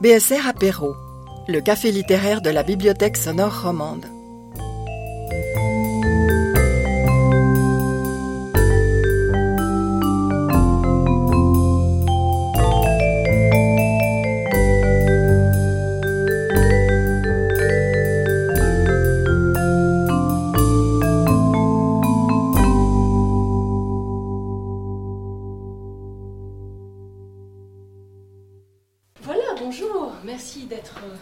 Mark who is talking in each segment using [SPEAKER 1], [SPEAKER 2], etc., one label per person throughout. [SPEAKER 1] BSR Apéro, le café littéraire de la Bibliothèque sonore romande.
[SPEAKER 2] Voilà, bonjour. Merci d'être euh,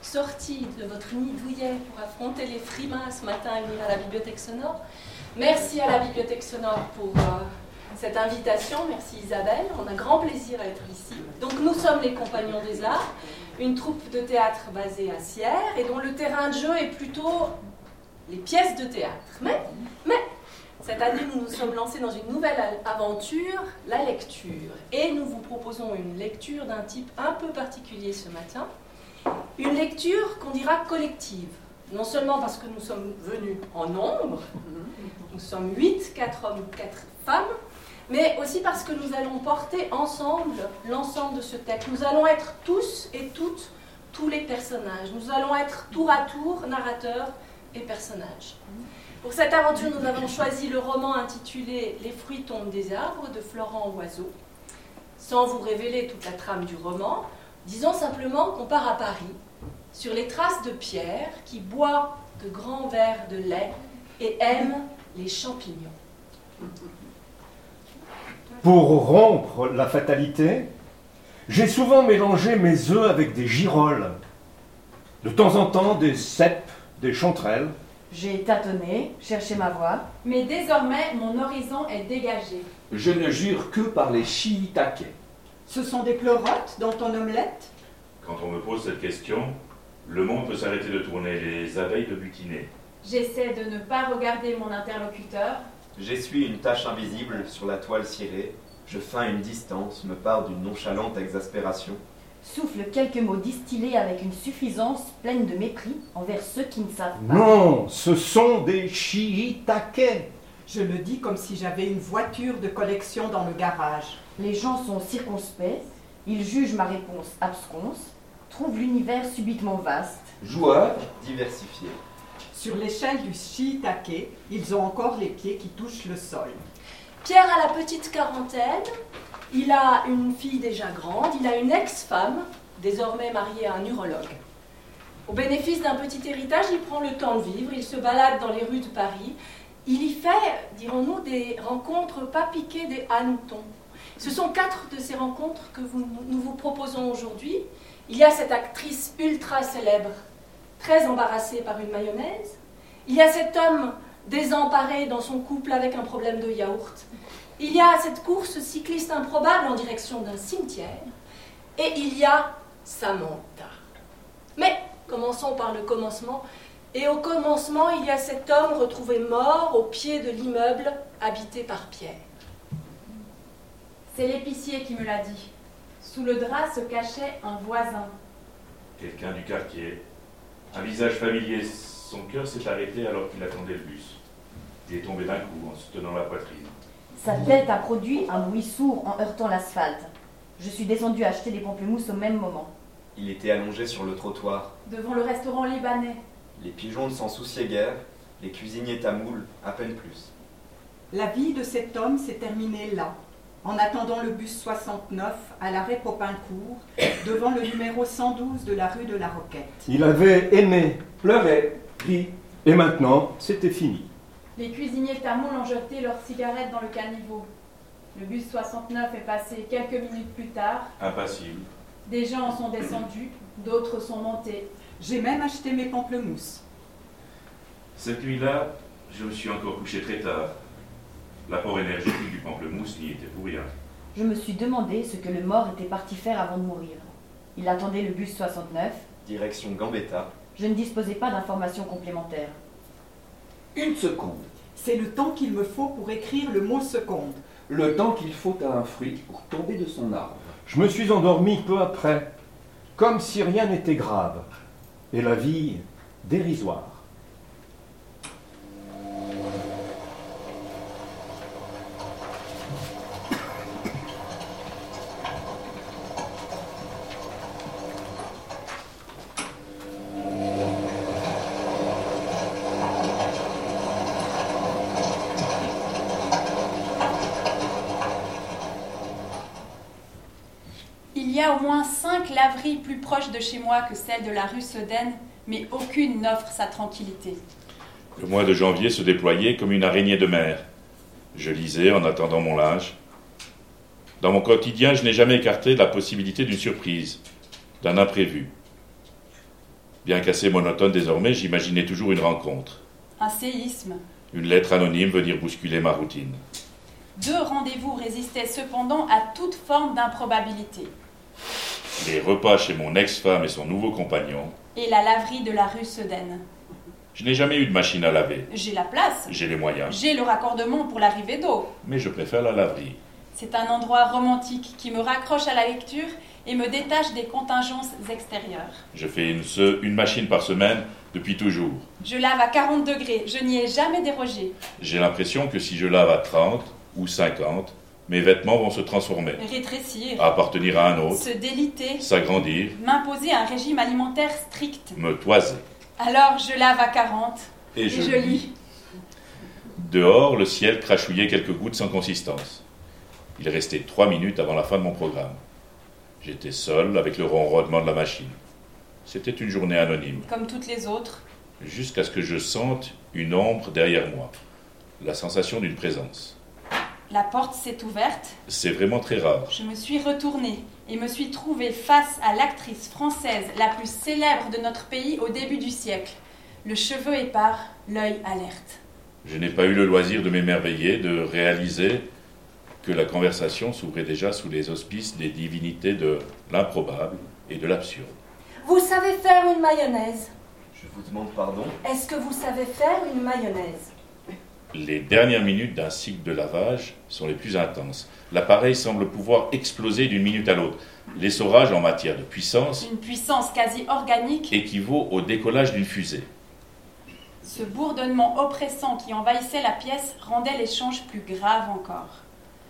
[SPEAKER 2] sorti de votre nid douillet pour affronter les frimas ce matin et venir à la Bibliothèque Sonore. Merci à la Bibliothèque Sonore pour euh, cette invitation. Merci Isabelle. On a grand plaisir à être ici. Donc nous sommes les Compagnons des Arts, une troupe de théâtre basée à Sierre et dont le terrain de jeu est plutôt les pièces de théâtre. Mais, mais cette année, nous nous sommes lancés dans une nouvelle aventure, la lecture. Et nous vous proposons une lecture d'un type un peu particulier ce matin. Une lecture qu'on dira collective. Non seulement parce que nous sommes venus en nombre, nous sommes 8, 4 hommes, 4 femmes, mais aussi parce que nous allons porter ensemble l'ensemble de ce texte. Nous allons être tous et toutes tous les personnages. Nous allons être tour à tour narrateurs et personnages. Pour cette aventure, nous avons choisi le roman intitulé Les fruits tombent des arbres de Florent Oiseau. Sans vous révéler toute la trame du roman, disons simplement qu'on part à Paris sur les traces de Pierre qui boit de grands verres de lait et aime les champignons.
[SPEAKER 3] Pour rompre la fatalité, j'ai souvent mélangé mes œufs avec des girolles, de temps en temps des cèpes, des chanterelles.
[SPEAKER 4] J'ai tâtonné, cherché ma voix.
[SPEAKER 5] Mais désormais, mon horizon est dégagé.
[SPEAKER 6] Je ne jure que par les shiitakes.
[SPEAKER 7] Ce sont des pleurotes dans ton omelette
[SPEAKER 8] Quand on me pose cette question, le monde peut s'arrêter de tourner, les abeilles de butiner.
[SPEAKER 5] J'essaie de ne pas regarder mon interlocuteur.
[SPEAKER 9] J'essuie une tache invisible sur la toile cirée, je feins une distance, me pare d'une nonchalante exaspération.
[SPEAKER 4] Souffle quelques mots distillés avec une suffisance pleine de mépris envers ceux qui ne savent pas.
[SPEAKER 3] Non, ce sont des shiitakes.
[SPEAKER 7] Je le dis comme si j'avais une voiture de collection dans le garage.
[SPEAKER 4] Les gens sont circonspects, ils jugent ma réponse absconce, trouvent l'univers subitement vaste.
[SPEAKER 9] Joueurs diversifiés.
[SPEAKER 7] Sur l'échelle du shiitake, ils ont encore les pieds qui touchent le sol.
[SPEAKER 2] Pierre a la petite quarantaine, il a une fille déjà grande, il a une ex-femme, désormais mariée à un urologue. Au bénéfice d'un petit héritage, il prend le temps de vivre, il se balade dans les rues de Paris, il y fait, dirons-nous, des rencontres pas piquées des hannetons. Ce sont quatre de ces rencontres que vous- nous vous proposons aujourd'hui. Il y a cette actrice ultra célèbre, très embarrassée par une mayonnaise. Il y a cet homme désemparé dans son couple avec un problème de yaourt. Il y a cette course cycliste improbable en direction d'un cimetière. Et il y a Samantha. Mais commençons par le commencement. Et au commencement, il y a cet homme retrouvé mort au pied de l'immeuble habité par Pierre.
[SPEAKER 5] C'est l'épicier qui me l'a dit. Sous le drap se cachait un voisin.
[SPEAKER 8] Quelqu'un du quartier. Un visage familier. Son cœur s'est arrêté alors qu'il attendait le bus. Il est tombé d'un coup en se tenant la poitrine.
[SPEAKER 4] Sa tête a produit un bruit sourd en heurtant l'asphalte. Je suis descendue acheter des pamplemousses au même moment.
[SPEAKER 9] Il était allongé sur le trottoir.
[SPEAKER 5] Devant le restaurant libanais,
[SPEAKER 9] Les pigeons ne s'en souciaient guère, les cuisiniers tamouls, à peine plus.
[SPEAKER 7] La vie de cet homme s'est terminée là, en attendant le bus 69 à l'arrêt Popincourt, devant le numéro 112 de la rue de la Roquette.
[SPEAKER 3] Il avait aimé,
[SPEAKER 6] Pleurait, rit.
[SPEAKER 3] et maintenant, c'était fini.
[SPEAKER 5] les cuisiniers tamouls ont jeté leurs cigarettes dans le caniveau. Le bus 69 est passé quelques minutes plus tard.
[SPEAKER 8] Impassible.
[SPEAKER 5] Des gens en sont descendus, d'autres sont montés.
[SPEAKER 7] J'ai même acheté mes pamplemousses.
[SPEAKER 8] Cette nuit-là, je me suis encore couché très tard. L'apport énergétique du pamplemousse n'y était pour rien.
[SPEAKER 4] Je me suis demandé ce que le mort était parti faire avant de mourir. Il attendait le bus 69.
[SPEAKER 9] Direction Gambetta.
[SPEAKER 4] Je ne disposais pas d'informations complémentaires.
[SPEAKER 6] Une seconde.
[SPEAKER 7] C'est le temps qu'il me faut pour écrire le mot seconde.
[SPEAKER 6] Le temps qu'il faut à un fruit pour tomber de son arbre.
[SPEAKER 3] Je me suis endormi peu après, comme si rien n'était grave, et la vie dérisoire.
[SPEAKER 2] Il y a au moins cinq laveries plus proches de chez moi que celle de la rue Sedaine, mais aucune n'offre sa tranquillité.
[SPEAKER 8] Le mois de janvier se déployait comme une araignée de mer. Je lisais en attendant mon linge. Dans mon quotidien, je n'ai jamais écarté la possibilité d'une surprise, d'un imprévu. Bien qu'assez monotone désormais, j'imaginais toujours une rencontre.
[SPEAKER 2] Un séisme.
[SPEAKER 8] Une lettre anonyme venir bousculer ma routine.
[SPEAKER 2] Deux rendez-vous résistaient cependant à toute forme d'improbabilité.
[SPEAKER 8] Les repas chez mon ex-femme et son nouveau compagnon.
[SPEAKER 2] Et la laverie de la rue Sedaine.
[SPEAKER 8] Je n'ai jamais eu de machine à laver.
[SPEAKER 2] J'ai la place.
[SPEAKER 8] J'ai les moyens,
[SPEAKER 2] J'ai le raccordement pour l'arrivée d'eau.
[SPEAKER 8] mais je préfère la laverie.
[SPEAKER 2] C'est un endroit romantique qui me raccroche à la lecture et me détache des contingences extérieures.
[SPEAKER 8] Je fais une, se- une machine par semaine depuis toujours.
[SPEAKER 2] Je lave à 40 degrés, je n'y ai jamais dérogé.
[SPEAKER 8] J'ai l'impression que si je lave à 30 ou 50, mes vêtements vont se transformer,
[SPEAKER 2] Rétrécir,
[SPEAKER 8] appartenir à un autre,
[SPEAKER 2] se déliter,
[SPEAKER 8] s'agrandir,
[SPEAKER 2] m'imposer un régime alimentaire strict.
[SPEAKER 8] me toiser.
[SPEAKER 2] Alors je lave à 40
[SPEAKER 8] Et
[SPEAKER 2] et
[SPEAKER 8] je,
[SPEAKER 2] je lis.
[SPEAKER 8] Dehors, le ciel crachouillait quelques gouttes sans consistance. Il restait trois minutes avant la fin de mon programme. J'étais seul avec le ronronnement de la machine. C'était une journée anonyme,
[SPEAKER 2] Comme toutes les autres,
[SPEAKER 8] jusqu'à ce que je sente une ombre derrière moi, la sensation d'une présence.
[SPEAKER 2] la porte s'est ouverte,
[SPEAKER 8] C'est vraiment très rare.
[SPEAKER 2] je me suis retournée et me suis trouvée face à l'actrice française la plus célèbre de notre pays au début du siècle. Le cheveu épars, l'œil alerte.
[SPEAKER 8] Je n'ai pas eu le loisir de m'émerveiller, de réaliser que la conversation s'ouvrait déjà sous les auspices des divinités de l'improbable et de l'absurde.
[SPEAKER 4] Vous savez faire une mayonnaise
[SPEAKER 9] Je vous demande pardon.
[SPEAKER 4] Est-ce que vous savez faire une mayonnaise
[SPEAKER 8] Les dernières minutes d'un cycle de lavage sont les plus intenses. L'appareil semble pouvoir exploser d'une minute à l'autre. L'essorage en matière de puissance
[SPEAKER 2] Une puissance quasi organique
[SPEAKER 8] équivaut au décollage d'une fusée.
[SPEAKER 2] Ce bourdonnement oppressant qui envahissait la pièce rendait l'échange plus grave encore,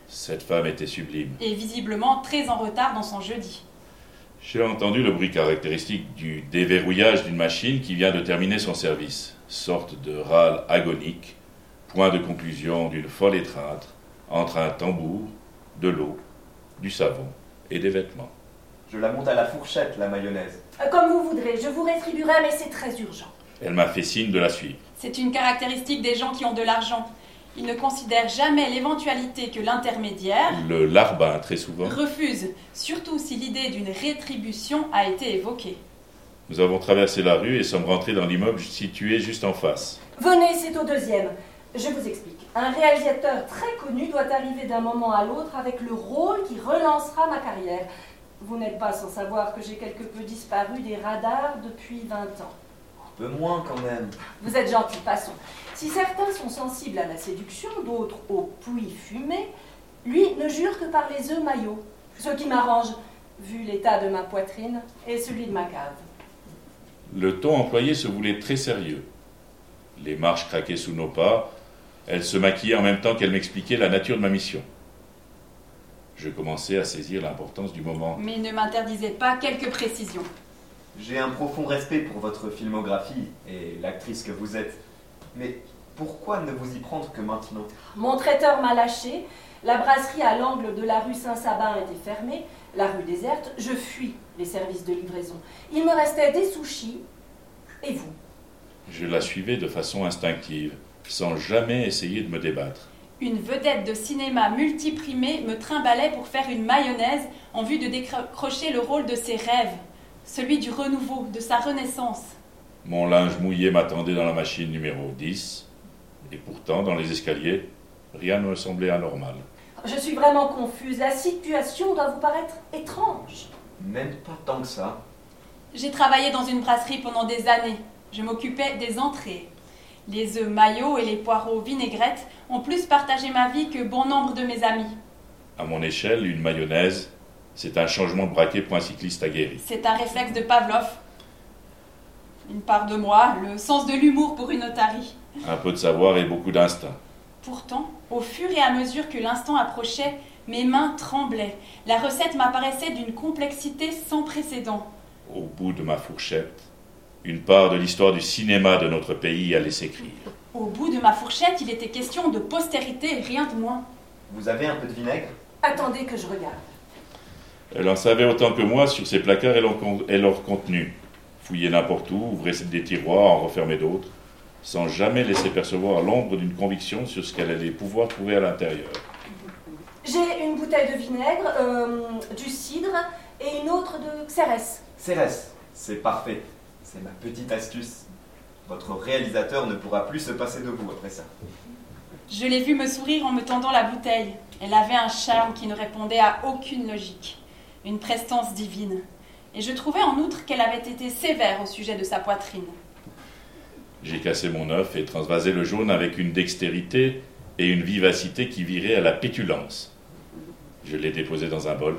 [SPEAKER 8] Cette femme était sublime.
[SPEAKER 2] et visiblement très en retard dans son jeudi.
[SPEAKER 8] J'ai entendu le bruit caractéristique du déverrouillage d'une machine qui vient de terminer son service. Sorte de râle agonique, point de conclusion d'une folle étreinte entre un tambour, de l'eau, du savon et des vêtements.
[SPEAKER 9] Je la monte à la fourchette, la mayonnaise.
[SPEAKER 4] Euh, Comme vous voudrez, je vous rétribuerai, mais c'est très urgent.
[SPEAKER 8] Elle m'a fait signe de la suivre.
[SPEAKER 2] C'est une caractéristique des gens qui ont de l'argent. Ils ne considèrent jamais l'éventualité que l'intermédiaire
[SPEAKER 8] Le larbin, très souvent.
[SPEAKER 2] refuse, surtout si l'idée d'une rétribution a été évoquée.
[SPEAKER 8] Nous avons traversé la rue et sommes rentrés dans l'immeuble situé juste en face.
[SPEAKER 4] Venez, c'est au deuxième. Je vous explique. Un réalisateur très connu doit arriver d'un moment à l'autre avec le rôle qui relancera ma carrière. Vous n'êtes pas sans savoir que j'ai quelque peu disparu des radars depuis 20 ans.
[SPEAKER 9] Un peu moins quand même.
[SPEAKER 4] Vous êtes gentil, passons. Si certains sont sensibles à la séduction, d'autres au puits fumé, lui ne jure que par les œufs maillots, ce qui m'arrange, vu l'état de ma poitrine et celui de ma cave.
[SPEAKER 8] Le ton employé se voulait très sérieux. Les marches craquaient sous nos pas. Elle se maquillait en même temps qu'elle m'expliquait la nature de ma mission. Je commençais à saisir l'importance du moment.
[SPEAKER 2] Mais ne m'interdisait pas quelques précisions.
[SPEAKER 9] J'ai un profond respect pour votre filmographie et l'actrice que vous êtes. Mais pourquoi ne vous y prendre que maintenant
[SPEAKER 4] Mon traiteur m'a lâché, la brasserie à l'angle de la rue Saint-Sabin était fermée, la rue déserte, je fuis les services de livraison. Il me restait des sushis et vous.
[SPEAKER 8] Je la suivais de façon instinctive, sans jamais essayer de me débattre.
[SPEAKER 2] Une vedette de cinéma multiprimée me trimbalait pour faire une mayonnaise en vue de décrocher le rôle de ses rêves, celui du renouveau, de sa renaissance.
[SPEAKER 8] Mon linge mouillé m'attendait dans la machine numéro 10, et pourtant, dans les escaliers, rien ne me semblait anormal.
[SPEAKER 4] Je suis vraiment confuse, la situation doit vous paraître étrange.
[SPEAKER 9] Même pas tant que ça.
[SPEAKER 2] J'ai travaillé dans une brasserie pendant des années. Je m'occupais des entrées. Les œufs maillots et les poireaux vinaigrettes ont plus partagé ma vie que bon nombre de mes amis.
[SPEAKER 8] À mon échelle, une mayonnaise, c'est un changement de braquet pour un cycliste aguerri.
[SPEAKER 2] C'est un réflexe de Pavlov. Une part de moi, le sens de l'humour pour une otarie.
[SPEAKER 8] Un peu de savoir et beaucoup d'instinct.
[SPEAKER 2] Pourtant, au fur et à mesure que l'instant approchait, mes mains tremblaient. La recette m'apparaissait d'une complexité sans précédent.
[SPEAKER 8] Au bout de ma fourchette, une part de l'histoire du cinéma de notre pays allait s'écrire.
[SPEAKER 2] Au bout de ma fourchette, il était question de postérité et rien de moins.
[SPEAKER 9] Vous avez un peu de vinaigre
[SPEAKER 4] Attendez que je regarde.
[SPEAKER 8] Elle en savait autant que moi sur ses placards et leur, con- et leur contenu. Fouiller n'importe où, ouvrir des tiroirs, en refermer d'autres, sans jamais laisser percevoir l'ombre d'une conviction sur ce qu'elle allait pouvoir trouver à l'intérieur.
[SPEAKER 4] J'ai une bouteille de vinaigre, euh, du cidre et une autre de Xérès.
[SPEAKER 9] Cérès, c'est parfait. C'est ma petite astuce. Votre réalisateur ne pourra plus se passer de vous après ça.
[SPEAKER 2] Je l'ai vue me sourire en me tendant la bouteille. Elle avait un charme qui ne répondait à aucune logique, une prestance divine. Et je trouvais en outre qu'elle avait été sévère au sujet de sa poitrine.
[SPEAKER 8] J'ai cassé mon œuf et transvasé le jaune avec une dextérité et une vivacité qui viraient à la pétulance. Je l'ai déposé dans un bol.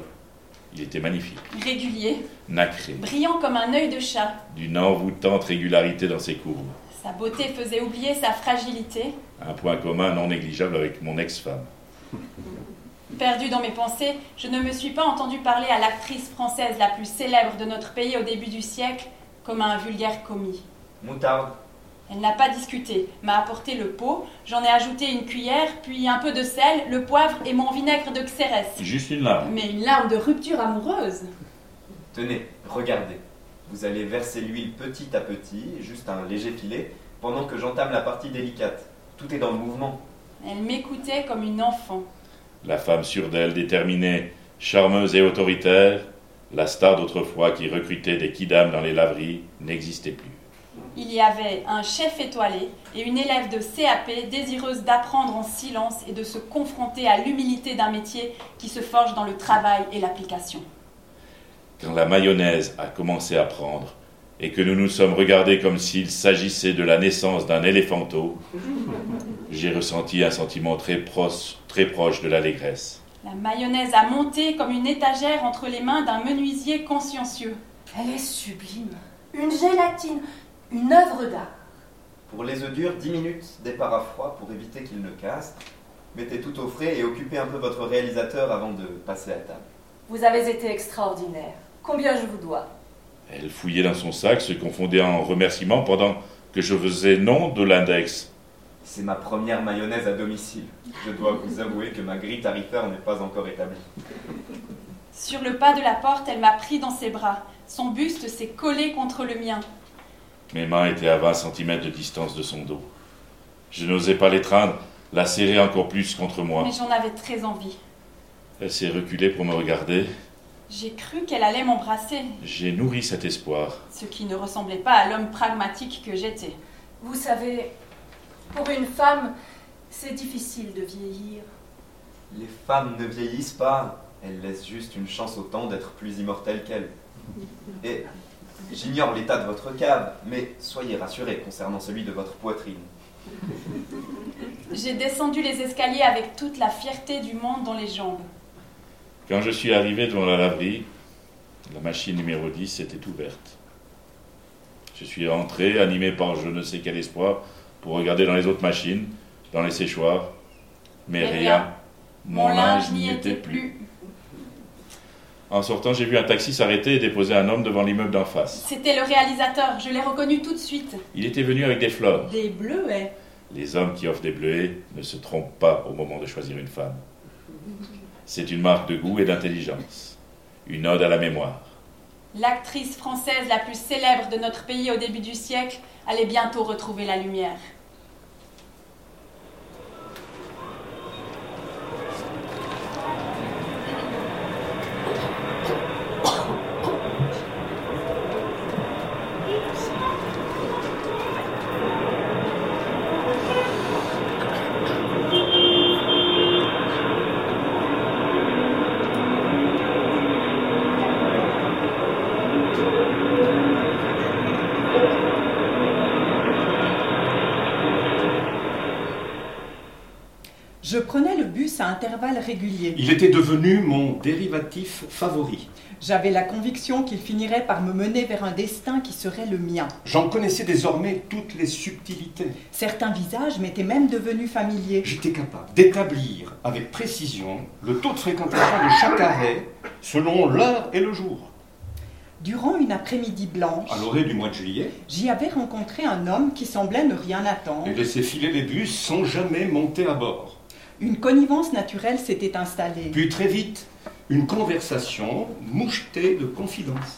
[SPEAKER 8] Il était magnifique,
[SPEAKER 2] Régulier,
[SPEAKER 8] nacré,
[SPEAKER 2] brillant comme un œil de chat,
[SPEAKER 8] d'une envoûtante régularité dans ses courbes.
[SPEAKER 2] sa beauté faisait oublier sa fragilité.
[SPEAKER 8] Un point commun non négligeable avec mon ex-femme.
[SPEAKER 2] Perdue dans mes pensées, je ne me suis pas entendue parler à l'actrice française la plus célèbre de notre pays au début du siècle comme à un vulgaire commis.
[SPEAKER 9] Moutarde,
[SPEAKER 2] Elle n'a pas discuté, m'a apporté le pot, j'en ai ajouté une cuillère, puis un peu de sel, le poivre et mon vinaigre de Xérès.
[SPEAKER 8] Juste une larme.
[SPEAKER 2] Mais une larme de rupture amoureuse
[SPEAKER 9] tenez, regardez. Vous allez verser l'huile petit à petit, juste un léger filet, pendant que j'entame la partie délicate. Tout est dans le mouvement.
[SPEAKER 2] Elle m'écoutait comme une enfant.
[SPEAKER 8] La femme sûre d'elle, déterminée, charmeuse et autoritaire, la star d'autrefois qui recrutait des kidams dans les laveries n'existait plus.
[SPEAKER 2] Il y avait un chef étoilé et une élève de CAP désireuse d'apprendre en silence et de se confronter à l'humilité d'un métier qui se forge dans le travail et l'application.
[SPEAKER 8] Quand la mayonnaise a commencé à prendre et que nous nous sommes regardés comme s'il s'agissait de la naissance d'un éléphanteau, j'ai ressenti un sentiment très proche, très proche de l'allégresse.
[SPEAKER 2] La mayonnaise a monté comme une étagère entre les mains d'un menuisier consciencieux.
[SPEAKER 4] Elle est sublime. Une gélatine, une œuvre d'art.
[SPEAKER 9] Pour les œufs durs, 10 minutes, départ à froid pour éviter qu'ils ne cassent. Mettez tout au frais et occupez un peu votre réalisateur avant de passer à table.
[SPEAKER 4] Vous avez été extraordinaire. Combien je vous dois
[SPEAKER 8] Elle fouillait dans son sac, se confondait en remerciements pendant que je faisais nom de l'index.
[SPEAKER 9] C'est ma première mayonnaise à domicile. Je dois vous avouer que ma grille tarifaire n'est pas encore établie.
[SPEAKER 2] Sur le pas de la porte, elle m'a pris dans ses bras. Son buste s'est collé contre le mien.
[SPEAKER 8] Mes mains étaient à 20 cm de distance de son dos. Je n'osais pas l'étreindre, la serrer encore plus contre moi.
[SPEAKER 2] Mais j'en avais très envie.
[SPEAKER 8] Elle s'est reculée pour me regarder.
[SPEAKER 2] J'ai cru qu'elle allait m'embrasser,
[SPEAKER 8] J'ai nourri cet espoir.
[SPEAKER 2] ce qui ne ressemblait pas à l'homme pragmatique que j'étais.
[SPEAKER 4] Vous savez, pour une femme, c'est difficile de vieillir.
[SPEAKER 9] Les femmes ne vieillissent pas, elles laissent juste une chance au temps d'être plus immortelles qu'elles. Et j'ignore l'état de votre cave, mais soyez rassurés concernant celui de votre poitrine.
[SPEAKER 2] J'ai descendu les escaliers avec toute la fierté du monde dans les jambes.
[SPEAKER 8] Quand je suis arrivé devant la laverie, la machine numéro 10 était ouverte. Je suis entré, animé par je ne sais quel espoir, pour regarder dans les autres machines, dans les séchoirs. Mais
[SPEAKER 2] Mais
[SPEAKER 8] rien,
[SPEAKER 2] rien.
[SPEAKER 8] Eh mon linge n'y était plus. En sortant, j'ai vu un taxi s'arrêter et déposer un homme devant l'immeuble d'en face.
[SPEAKER 2] C'était le réalisateur, je l'ai reconnu tout de suite.
[SPEAKER 8] Il était venu avec des fleurs.
[SPEAKER 2] Des bleuets.
[SPEAKER 8] Les hommes qui offrent des bleuets ne se trompent pas au moment de choisir une femme. C'est une marque de goût et d'intelligence, une ode à la mémoire.
[SPEAKER 2] L'actrice française la plus célèbre de notre pays au début du siècle allait bientôt retrouver la lumière.
[SPEAKER 10] Je prenais le bus à intervalles réguliers.
[SPEAKER 11] Il était devenu mon dérivatif favori.
[SPEAKER 10] J'avais la conviction qu'il finirait par me mener vers un destin qui serait le mien.
[SPEAKER 11] J'en connaissais désormais toutes les subtilités.
[SPEAKER 10] Certains visages m'étaient même devenus familiers.
[SPEAKER 11] J'étais capable d'établir avec précision le taux de fréquentation de chaque arrêt selon l'heure et le jour.
[SPEAKER 10] Durant une après-midi blanche,
[SPEAKER 11] À l'orée du mois de juillet,
[SPEAKER 10] j'y avais rencontré un homme qui semblait ne rien
[SPEAKER 11] et
[SPEAKER 10] attendre.
[SPEAKER 11] laissé filer les bus sans jamais monter à bord.
[SPEAKER 7] Une connivence naturelle s'était installée.
[SPEAKER 11] Puis très vite, une conversation mouchetée de confidences.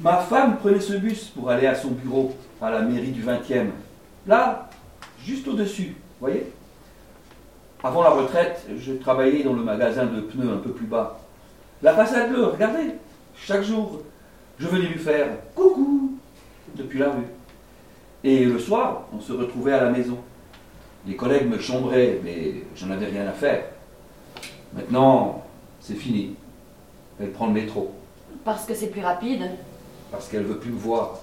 [SPEAKER 9] Ma femme prenait ce bus pour aller à son bureau, à la mairie du 20e. Là, juste au-dessus, voyez Avant la retraite, je travaillais dans le magasin de pneus un peu plus bas. La façade bleue, regardez, chaque jour, je venais lui faire coucou depuis la rue. Et le soir, on se retrouvait à la maison. Les collègues me chambraient, mais j'en avais rien à faire. Maintenant, c'est fini. Elle prend le métro,
[SPEAKER 4] Parce que c'est plus rapide.
[SPEAKER 9] parce qu'elle veut plus me voir.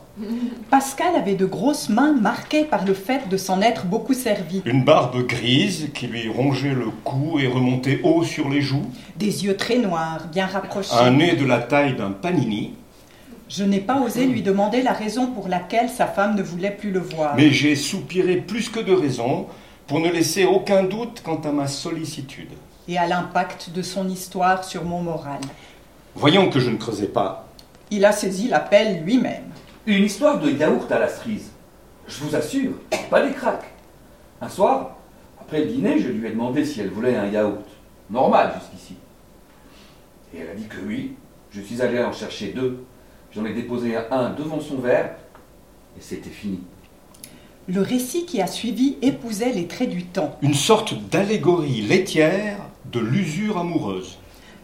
[SPEAKER 7] Pascal avait de grosses mains marquées par le fait de s'en être beaucoup servi.
[SPEAKER 11] Une barbe grise qui lui rongeait le cou et remontait haut sur les joues.
[SPEAKER 7] Des yeux très noirs, bien rapprochés.
[SPEAKER 11] Un nez de la taille d'un panini.
[SPEAKER 7] Je n'ai pas osé lui demander la raison pour laquelle sa femme ne voulait plus le voir.
[SPEAKER 11] Mais j'ai soupiré plus que de raison pour ne laisser aucun doute quant à ma sollicitude.
[SPEAKER 7] Et à l'impact de son histoire sur mon moral.
[SPEAKER 11] Voyant que je ne creusais pas,
[SPEAKER 7] Il a saisi l'appel lui-même.
[SPEAKER 9] Une histoire de yaourt à la cerise. Je vous assure, pas des cracks. Un soir, après le dîner, je lui ai demandé si elle voulait un yaourt. Normal jusqu'ici. Et elle a dit que oui. Je suis allé en chercher deux. J'en ai déposé un devant son verre. Et c'était fini.
[SPEAKER 7] Le récit qui a suivi épousait les traits du temps.
[SPEAKER 11] une sorte d'allégorie laitière de l'usure amoureuse.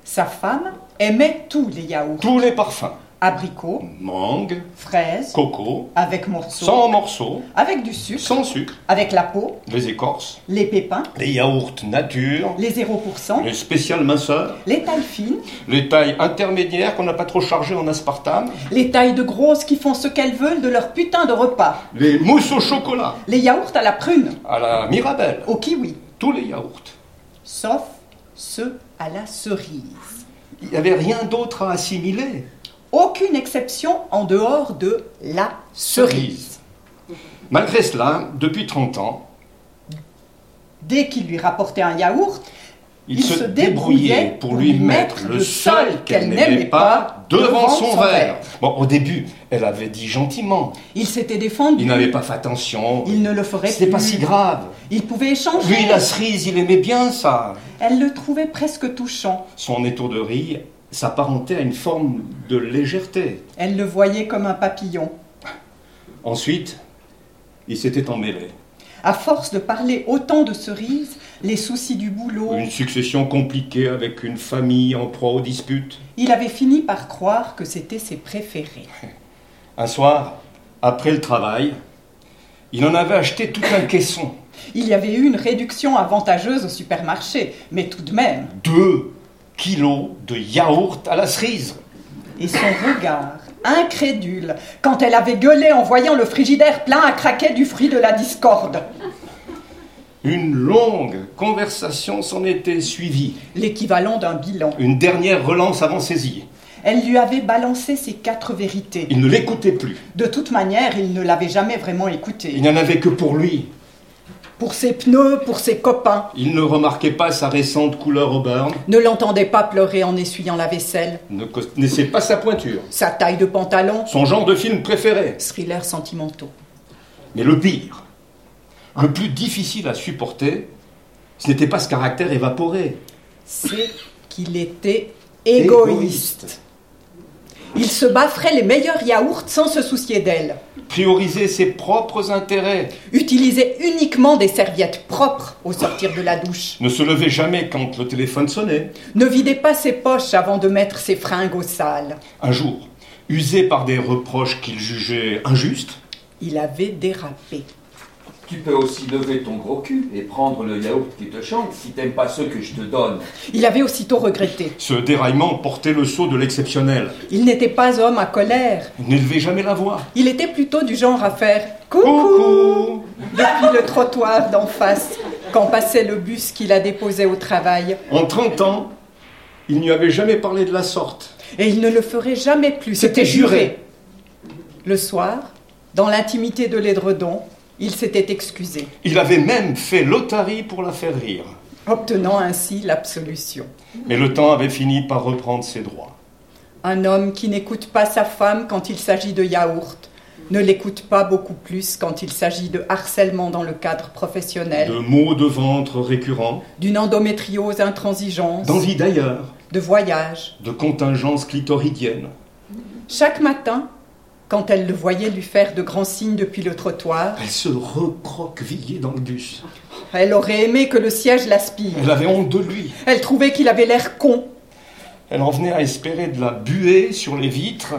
[SPEAKER 7] Sa femme aimait tous les yaourts.
[SPEAKER 11] Tous les parfums,
[SPEAKER 7] Abricots,
[SPEAKER 11] mangue,
[SPEAKER 7] fraises,
[SPEAKER 11] coco,
[SPEAKER 7] avec morceaux,
[SPEAKER 11] sans morceaux,
[SPEAKER 7] avec du sucre,
[SPEAKER 11] sans sucre,
[SPEAKER 7] avec la peau,
[SPEAKER 11] les écorces,
[SPEAKER 7] les pépins,
[SPEAKER 11] les yaourts nature,
[SPEAKER 7] les 0%,
[SPEAKER 11] les spéciales minceurs,
[SPEAKER 7] les tailles fines,
[SPEAKER 11] les tailles intermédiaires qu'on n'a pas trop chargées en aspartame,
[SPEAKER 7] les tailles de grosses qui font ce qu'elles veulent de leur putain de repas,
[SPEAKER 11] les mousses au chocolat,
[SPEAKER 7] les yaourts à la prune,
[SPEAKER 11] à la mirabelle,
[SPEAKER 7] au kiwi,
[SPEAKER 11] tous les yaourts.
[SPEAKER 7] sauf ceux à la cerise.
[SPEAKER 11] Il n'y avait rien d'autre à assimiler.
[SPEAKER 7] Aucune exception en dehors de la cerise.
[SPEAKER 11] Malgré cela, depuis 30 ans,
[SPEAKER 7] Dès qu'il lui rapportait un yaourt,
[SPEAKER 11] il, se, débrouillait pour lui mettre le seul qu'elle n'aimait pas devant son verre. Bon, au début, elle avait dit gentiment.
[SPEAKER 7] il s'était défendu.
[SPEAKER 11] Il n'avait pas fait attention.
[SPEAKER 7] Il ne le ferait
[SPEAKER 11] C'était
[SPEAKER 7] plus.
[SPEAKER 11] pas si grave.
[SPEAKER 7] Il pouvait échanger.
[SPEAKER 11] Lui, la cerise, il aimait bien ça.
[SPEAKER 7] Elle le trouvait presque touchant.
[SPEAKER 11] Son étourderie s'apparentait à une forme de légèreté.
[SPEAKER 7] Elle le voyait comme un papillon.
[SPEAKER 11] Ensuite, il s'était emmêlé.
[SPEAKER 7] À force de parler autant de cerises, les soucis du boulot,
[SPEAKER 11] Une succession compliquée avec une famille en proie aux disputes.
[SPEAKER 7] il avait fini par croire que c'était ses préférés.
[SPEAKER 11] Un soir, après le travail, il en avait acheté tout un caisson.
[SPEAKER 7] Il y avait eu une réduction avantageuse au supermarché, mais tout de même.
[SPEAKER 11] Deux kilos de yaourt à la cerise.
[SPEAKER 7] Et son regard, incrédule, quand elle avait gueulé en voyant le frigidaire plein à craquer du fruit de la discorde.
[SPEAKER 11] Une longue conversation s'en était suivie.
[SPEAKER 7] L'équivalent d'un bilan.
[SPEAKER 11] Une dernière relance avant saisie.
[SPEAKER 7] Elle lui avait balancé ses quatre vérités.
[SPEAKER 11] Il ne l'écoutait plus.
[SPEAKER 7] De toute manière, il ne l'avait jamais vraiment
[SPEAKER 11] Il
[SPEAKER 7] écoutée.
[SPEAKER 11] n'y en avait que pour lui.
[SPEAKER 7] Pour ses pneus, pour ses copains.
[SPEAKER 11] Il ne remarquait pas sa récente couleur au burn,
[SPEAKER 7] Ne l'entendait pas pleurer en essuyant la vaisselle.
[SPEAKER 11] ne connaissait pas sa pointure,
[SPEAKER 7] Sa taille de pantalon.
[SPEAKER 11] son genre de film préféré.
[SPEAKER 7] Thrillers sentimentaux.
[SPEAKER 11] Mais le pire, le plus difficile à supporter, ce n'était pas ce caractère évaporé.
[SPEAKER 7] C'est qu'il était égoïste. Il se bafferait les meilleurs yaourts sans se soucier d'elle.
[SPEAKER 11] Prioriser ses propres intérêts,
[SPEAKER 7] Utilisait uniquement des serviettes propres au sortir de la douche.
[SPEAKER 11] ne se lever jamais quand le téléphone sonnait.
[SPEAKER 7] Ne vidait pas ses poches avant de mettre ses fringues au sale.
[SPEAKER 11] Un jour, usé par des reproches qu'il jugeait injustes,
[SPEAKER 7] Il avait dérapé.
[SPEAKER 9] Tu peux aussi lever ton gros cul et prendre le yaourt qui te chante si t'aimes pas ceux que je te donne.
[SPEAKER 7] Il avait aussitôt regretté.
[SPEAKER 11] ce déraillement portait le sceau de l'exceptionnel.
[SPEAKER 7] Il n'était pas homme à colère.
[SPEAKER 11] Il n'élevait jamais la voix.
[SPEAKER 7] Il était plutôt du genre à faire coucou,
[SPEAKER 11] Coucou
[SPEAKER 7] depuis le trottoir d'en face quand passait le bus qui la déposait au travail.
[SPEAKER 11] En 30 ans, il n'y avait jamais parlé de la sorte.
[SPEAKER 7] Et il ne le ferait jamais plus.
[SPEAKER 11] C'était juré.
[SPEAKER 7] Le soir, dans l'intimité de l'édredon, il s'était excusé,
[SPEAKER 11] Il avait même fait l'otarie pour la faire rire.
[SPEAKER 7] obtenant ainsi l'absolution.
[SPEAKER 11] Mais le temps avait fini par reprendre ses droits.
[SPEAKER 7] Un homme qui n'écoute pas sa femme quand il s'agit de yaourt, ne l'écoute pas beaucoup plus quand il s'agit de harcèlement dans le cadre professionnel,
[SPEAKER 11] de maux de ventre récurrents,
[SPEAKER 7] d'une endométriose intransigeante,
[SPEAKER 11] d'envie d'ailleurs,
[SPEAKER 7] de voyage,
[SPEAKER 11] de contingences clitoridiennes.
[SPEAKER 7] Chaque matin, quand elle le voyait lui faire de grands signes depuis le trottoir,
[SPEAKER 11] Elle se recroquevillait dans le bus.
[SPEAKER 7] elle aurait aimé que le siège l'aspire.
[SPEAKER 11] Elle avait honte de lui.
[SPEAKER 7] Elle trouvait qu'il avait l'air con.
[SPEAKER 11] Elle en venait à espérer de la buée sur les vitres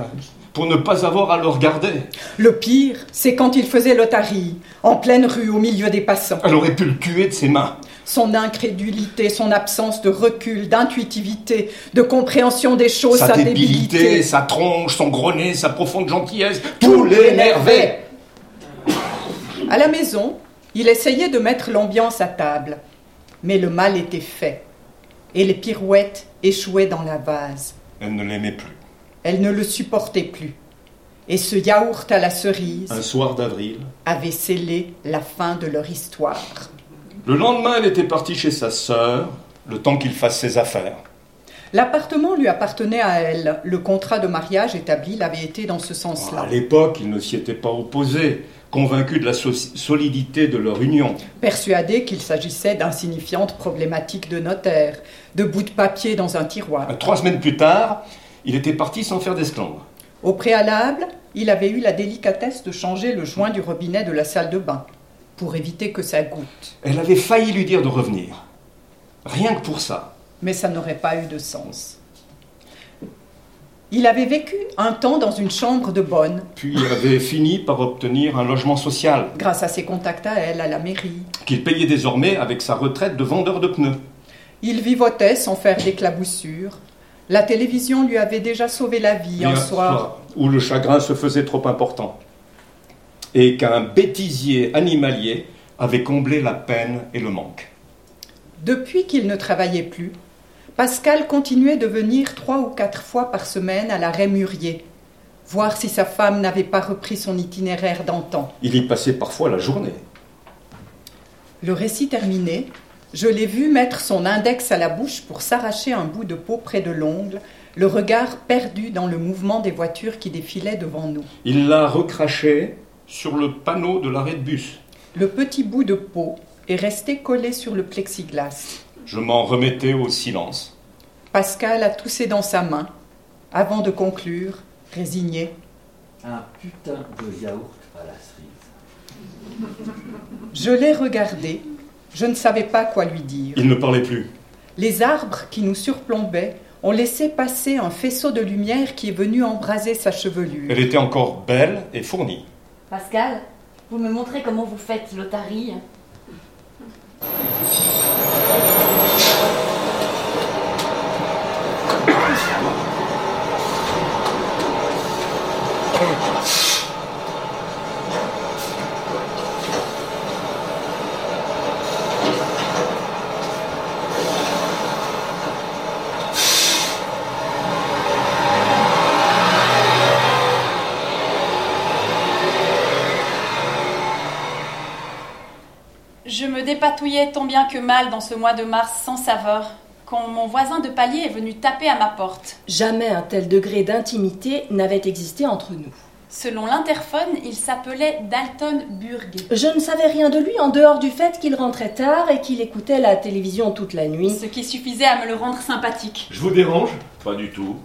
[SPEAKER 11] pour ne pas avoir à le regarder.
[SPEAKER 7] Le pire, c'est quand il faisait l'otarie, en pleine rue, au milieu des passants.
[SPEAKER 11] Elle aurait pu le tuer de ses mains.
[SPEAKER 7] Son incrédulité, son absence de recul, d'intuitivité, de compréhension des choses, sa,
[SPEAKER 11] sa débilité, sa tronche, son gros nez, sa profonde gentillesse, tout l'énervait.
[SPEAKER 7] À la maison, il essayait de mettre l'ambiance à table, mais le mal était fait, et les pirouettes échouaient dans la vase.
[SPEAKER 11] Elle ne l'aimait plus.
[SPEAKER 7] Elle ne le supportait plus, et ce yaourt à la
[SPEAKER 11] Un
[SPEAKER 7] cerise
[SPEAKER 11] soir d'avril,
[SPEAKER 7] avait scellé la fin de leur histoire.
[SPEAKER 11] le lendemain, elle était partie chez sa sœur, le temps qu'il fasse ses affaires.
[SPEAKER 7] L'appartement lui appartenait à elle. Le contrat de mariage établi l'avait été dans ce sens-là.
[SPEAKER 11] À l'époque, il ne s'y était pas opposé, convaincu de la so- solidité de leur union.
[SPEAKER 7] Persuadé qu'il s'agissait d'insignifiantes problématiques de notaire, de bouts de papier dans un tiroir.
[SPEAKER 11] Euh, Trois semaines plus tard, il était parti sans faire d'esclandre.
[SPEAKER 7] Au préalable, il avait eu la délicatesse de changer le joint du robinet de la salle de bain pour éviter que ça goûte.
[SPEAKER 11] Elle avait failli lui dire de revenir. Rien que pour ça.
[SPEAKER 7] Mais ça n'aurait pas eu de sens. Il avait vécu un temps dans une chambre de bonne
[SPEAKER 11] Puis il avait fini par obtenir un logement social,
[SPEAKER 7] grâce à ses contacts à elle à la mairie.
[SPEAKER 11] qu'il payait désormais avec sa retraite de vendeur de pneus.
[SPEAKER 7] Il vivotait sans faire d'éclaboussures. La télévision lui avait déjà sauvé la vie un
[SPEAKER 11] Et
[SPEAKER 7] soir.
[SPEAKER 11] Où le chagrin se faisait trop important. Et qu'un bêtisier animalier avait comblé la peine et le manque.
[SPEAKER 7] Depuis qu'il ne travaillait plus, Pascal continuait de venir trois ou quatre fois par semaine à la Rémurier, voir si sa femme n'avait pas repris son itinéraire d'antan.
[SPEAKER 11] Il y passait parfois la journée.
[SPEAKER 7] Le récit terminé, je l'ai vu mettre son index à la bouche pour s'arracher un bout de peau près de l'ongle, le regard perdu dans le mouvement des voitures qui défilaient devant nous.
[SPEAKER 11] Il l'a recraché sur le panneau de l'arrêt de bus.
[SPEAKER 7] Le petit bout de peau est resté collé sur le plexiglas.
[SPEAKER 11] Je m'en remettais au silence.
[SPEAKER 7] Pascal a toussé dans sa main, avant de conclure, résigné.
[SPEAKER 12] Un putain de yaourt à la cerise.
[SPEAKER 7] Je l'ai regardé. Je ne savais pas quoi lui dire.
[SPEAKER 11] Il ne parlait plus.
[SPEAKER 7] Les arbres qui nous surplombaient ont laissé passer un faisceau de lumière qui est venu embraser sa chevelure.
[SPEAKER 11] Elle était encore belle et fournie.
[SPEAKER 13] Pascal, vous me montrez comment vous faites l'otarie
[SPEAKER 2] Je me dépatouillais tant bien que mal dans ce mois de mars sans saveur, quand mon voisin de palier est venu taper à ma porte.
[SPEAKER 4] Jamais un tel degré d'intimité n'avait existé entre nous.
[SPEAKER 2] Selon l'interphone, il s'appelait Dalton Burg.
[SPEAKER 4] Je ne savais rien de lui en dehors du fait qu'il rentrait tard et qu'il écoutait la télévision toute la nuit.
[SPEAKER 2] Ce qui suffisait à me le rendre sympathique.
[SPEAKER 3] Je vous dérange
[SPEAKER 8] Pas du tout.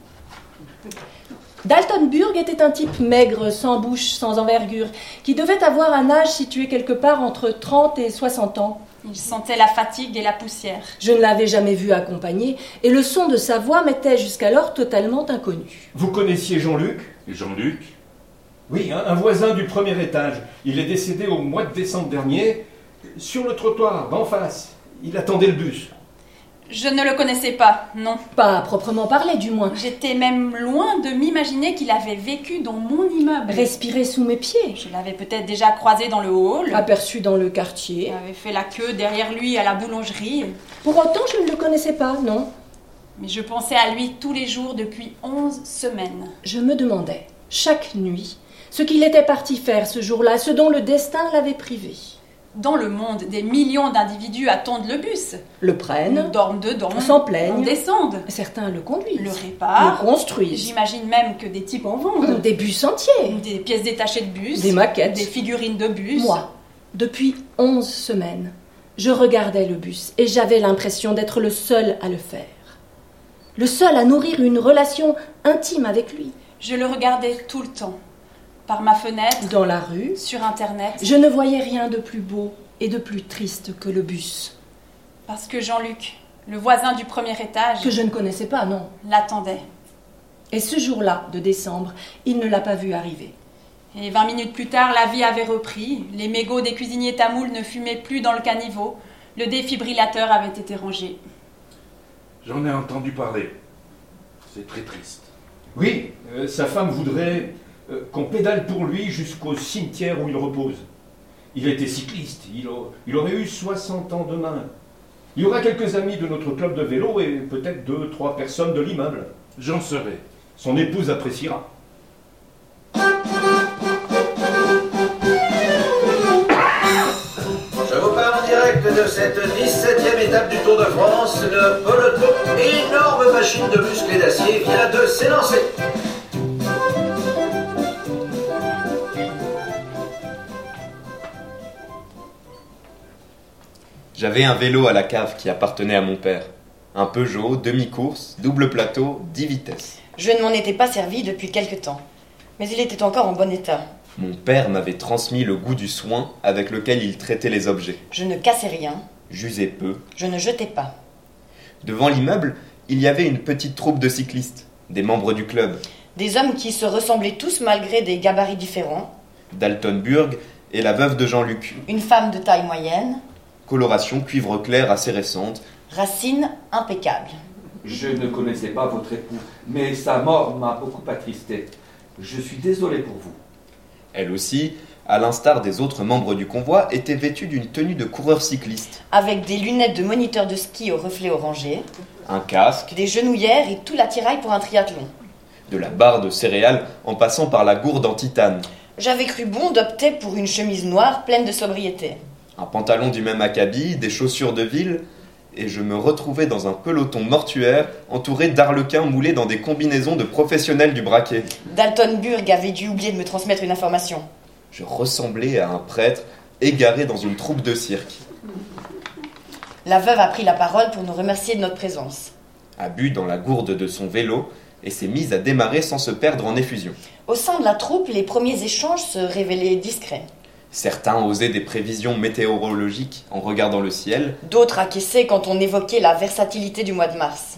[SPEAKER 4] Dalton Burg était un type maigre, sans bouche, sans envergure, qui devait avoir un âge situé quelque part entre 30 et 60 ans.
[SPEAKER 2] Il sentait la fatigue et la poussière.
[SPEAKER 4] Je ne l'avais jamais vu accompagné, et le son de sa voix m'était jusqu'alors totalement inconnu.
[SPEAKER 3] Vous connaissiez Jean-Luc
[SPEAKER 8] Jean-Luc
[SPEAKER 3] Oui, hein, un, un voisin du premier étage. Il est décédé au mois de décembre dernier, sur le trottoir, d'en face. Il attendait le bus.
[SPEAKER 2] Je ne le connaissais pas, non.
[SPEAKER 4] Pas à proprement parler, du moins.
[SPEAKER 2] J'étais même loin de m'imaginer qu'il avait vécu dans mon immeuble.
[SPEAKER 4] Respirait sous mes pieds,
[SPEAKER 2] Je l'avais peut-être déjà croisé dans le hall.
[SPEAKER 4] aperçu dans le quartier.
[SPEAKER 2] J'avais fait la queue derrière lui à la boulangerie.
[SPEAKER 4] Pour autant, je ne le connaissais pas, non.
[SPEAKER 2] Mais je pensais à lui tous les jours depuis 11 semaines.
[SPEAKER 4] Je me demandais, chaque nuit, ce qu'il était parti faire ce jour-là, ce dont le destin l'avait privé.
[SPEAKER 2] Dans le monde, des millions d'individus attendent le bus.
[SPEAKER 14] Le prennent,
[SPEAKER 2] dorment dedans,
[SPEAKER 14] Eh s'en plaignent,
[SPEAKER 2] descendent.
[SPEAKER 14] Certains le conduisent,
[SPEAKER 2] le réparent,
[SPEAKER 14] le construisent.
[SPEAKER 2] J'imagine même que des types en vendent.
[SPEAKER 14] Des bus entiers.
[SPEAKER 2] Des pièces détachées de bus.
[SPEAKER 14] Des maquettes.
[SPEAKER 2] Des figurines de bus.
[SPEAKER 14] Moi, depuis 11 semaines, je regardais le bus et j'avais l'impression d'être le seul à le faire. Le seul à nourrir une relation intime avec lui.
[SPEAKER 2] Je le regardais tout le temps. Par ma fenêtre.
[SPEAKER 14] Dans la rue.
[SPEAKER 2] Sur Internet.
[SPEAKER 14] Je ne voyais rien de plus beau et de plus triste que le bus.
[SPEAKER 2] Parce que Jean-Luc, le voisin du premier étage.
[SPEAKER 14] Que je ne connaissais pas, non.
[SPEAKER 2] L'attendait.
[SPEAKER 14] Et ce jour-là, de décembre, il ne l'a pas vu arriver.
[SPEAKER 2] Et vingt minutes plus tard, la vie avait repris. Les mégots des cuisiniers tamouls ne fumaient plus dans le caniveau. Le défibrillateur avait été rangé.
[SPEAKER 11] J'en ai entendu parler. C'est très triste.
[SPEAKER 3] Oui, euh, sa femme voudrait euh, qu'on pédale pour lui jusqu'au cimetière où il repose. Il était cycliste, il, a- il aurait eu 60 ans demain. Il y aura quelques amis de notre club de vélo et peut-être deux, trois personnes de l'immeuble. J'en serai. Son épouse appréciera.
[SPEAKER 15] Je vous parle en direct de cette 17e étape du Tour de France. Le peloton, énorme machine de musclé d'acier, vient de s'élancer.
[SPEAKER 9] J'avais un vélo à la cave qui appartenait à mon père. Un Peugeot, demi-course, double plateau, 10 vitesses.
[SPEAKER 7] Je ne m'en étais pas servi depuis quelque temps, mais il était encore en bon état.
[SPEAKER 9] Mon père m'avait transmis le goût du soin avec lequel il traitait les objets.
[SPEAKER 7] Je ne cassais rien,
[SPEAKER 9] J'usais peu.
[SPEAKER 7] je ne jetais pas.
[SPEAKER 9] Devant l'immeuble, il y avait une petite troupe de cyclistes, des membres du club,
[SPEAKER 7] Des hommes qui se ressemblaient tous malgré des gabarits différents,
[SPEAKER 9] Dalton Burg et la veuve de Jean-Luc.
[SPEAKER 7] une femme de taille moyenne,
[SPEAKER 9] Coloration cuivre clair assez récente.
[SPEAKER 7] racines impeccables.
[SPEAKER 6] Je ne connaissais pas votre époux, mais sa mort m'a beaucoup attristé. Je suis désolé pour vous.
[SPEAKER 9] Elle aussi, à l'instar des autres membres du convoi, était vêtue d'une tenue de coureur cycliste,
[SPEAKER 7] avec des lunettes de moniteur de ski au reflet orangé,
[SPEAKER 9] un casque,
[SPEAKER 7] des genouillères et tout l'attirail pour un triathlon.
[SPEAKER 9] de la barre de céréales en passant par la gourde en titane,
[SPEAKER 7] J'avais cru bon d'opter pour une chemise noire pleine de sobriété.
[SPEAKER 9] un pantalon du même acabit, des chaussures de ville, et je me retrouvais dans un peloton mortuaire entouré d'arlequins moulés dans des combinaisons de professionnels du braquet.
[SPEAKER 7] Dalton Burg avait dû oublier de me transmettre une information.
[SPEAKER 9] Je ressemblais à un prêtre égaré dans une troupe de cirque.
[SPEAKER 7] La veuve a pris la parole pour nous remercier de notre présence.
[SPEAKER 9] a bu dans la gourde de son vélo et s'est mise à démarrer sans se perdre en effusion.
[SPEAKER 7] Au sein de la troupe, les premiers échanges se révélaient discrets.
[SPEAKER 9] Certains osaient des prévisions météorologiques en regardant le ciel,
[SPEAKER 7] D'autres acquiesçaient quand on évoquait la versatilité du mois de mars.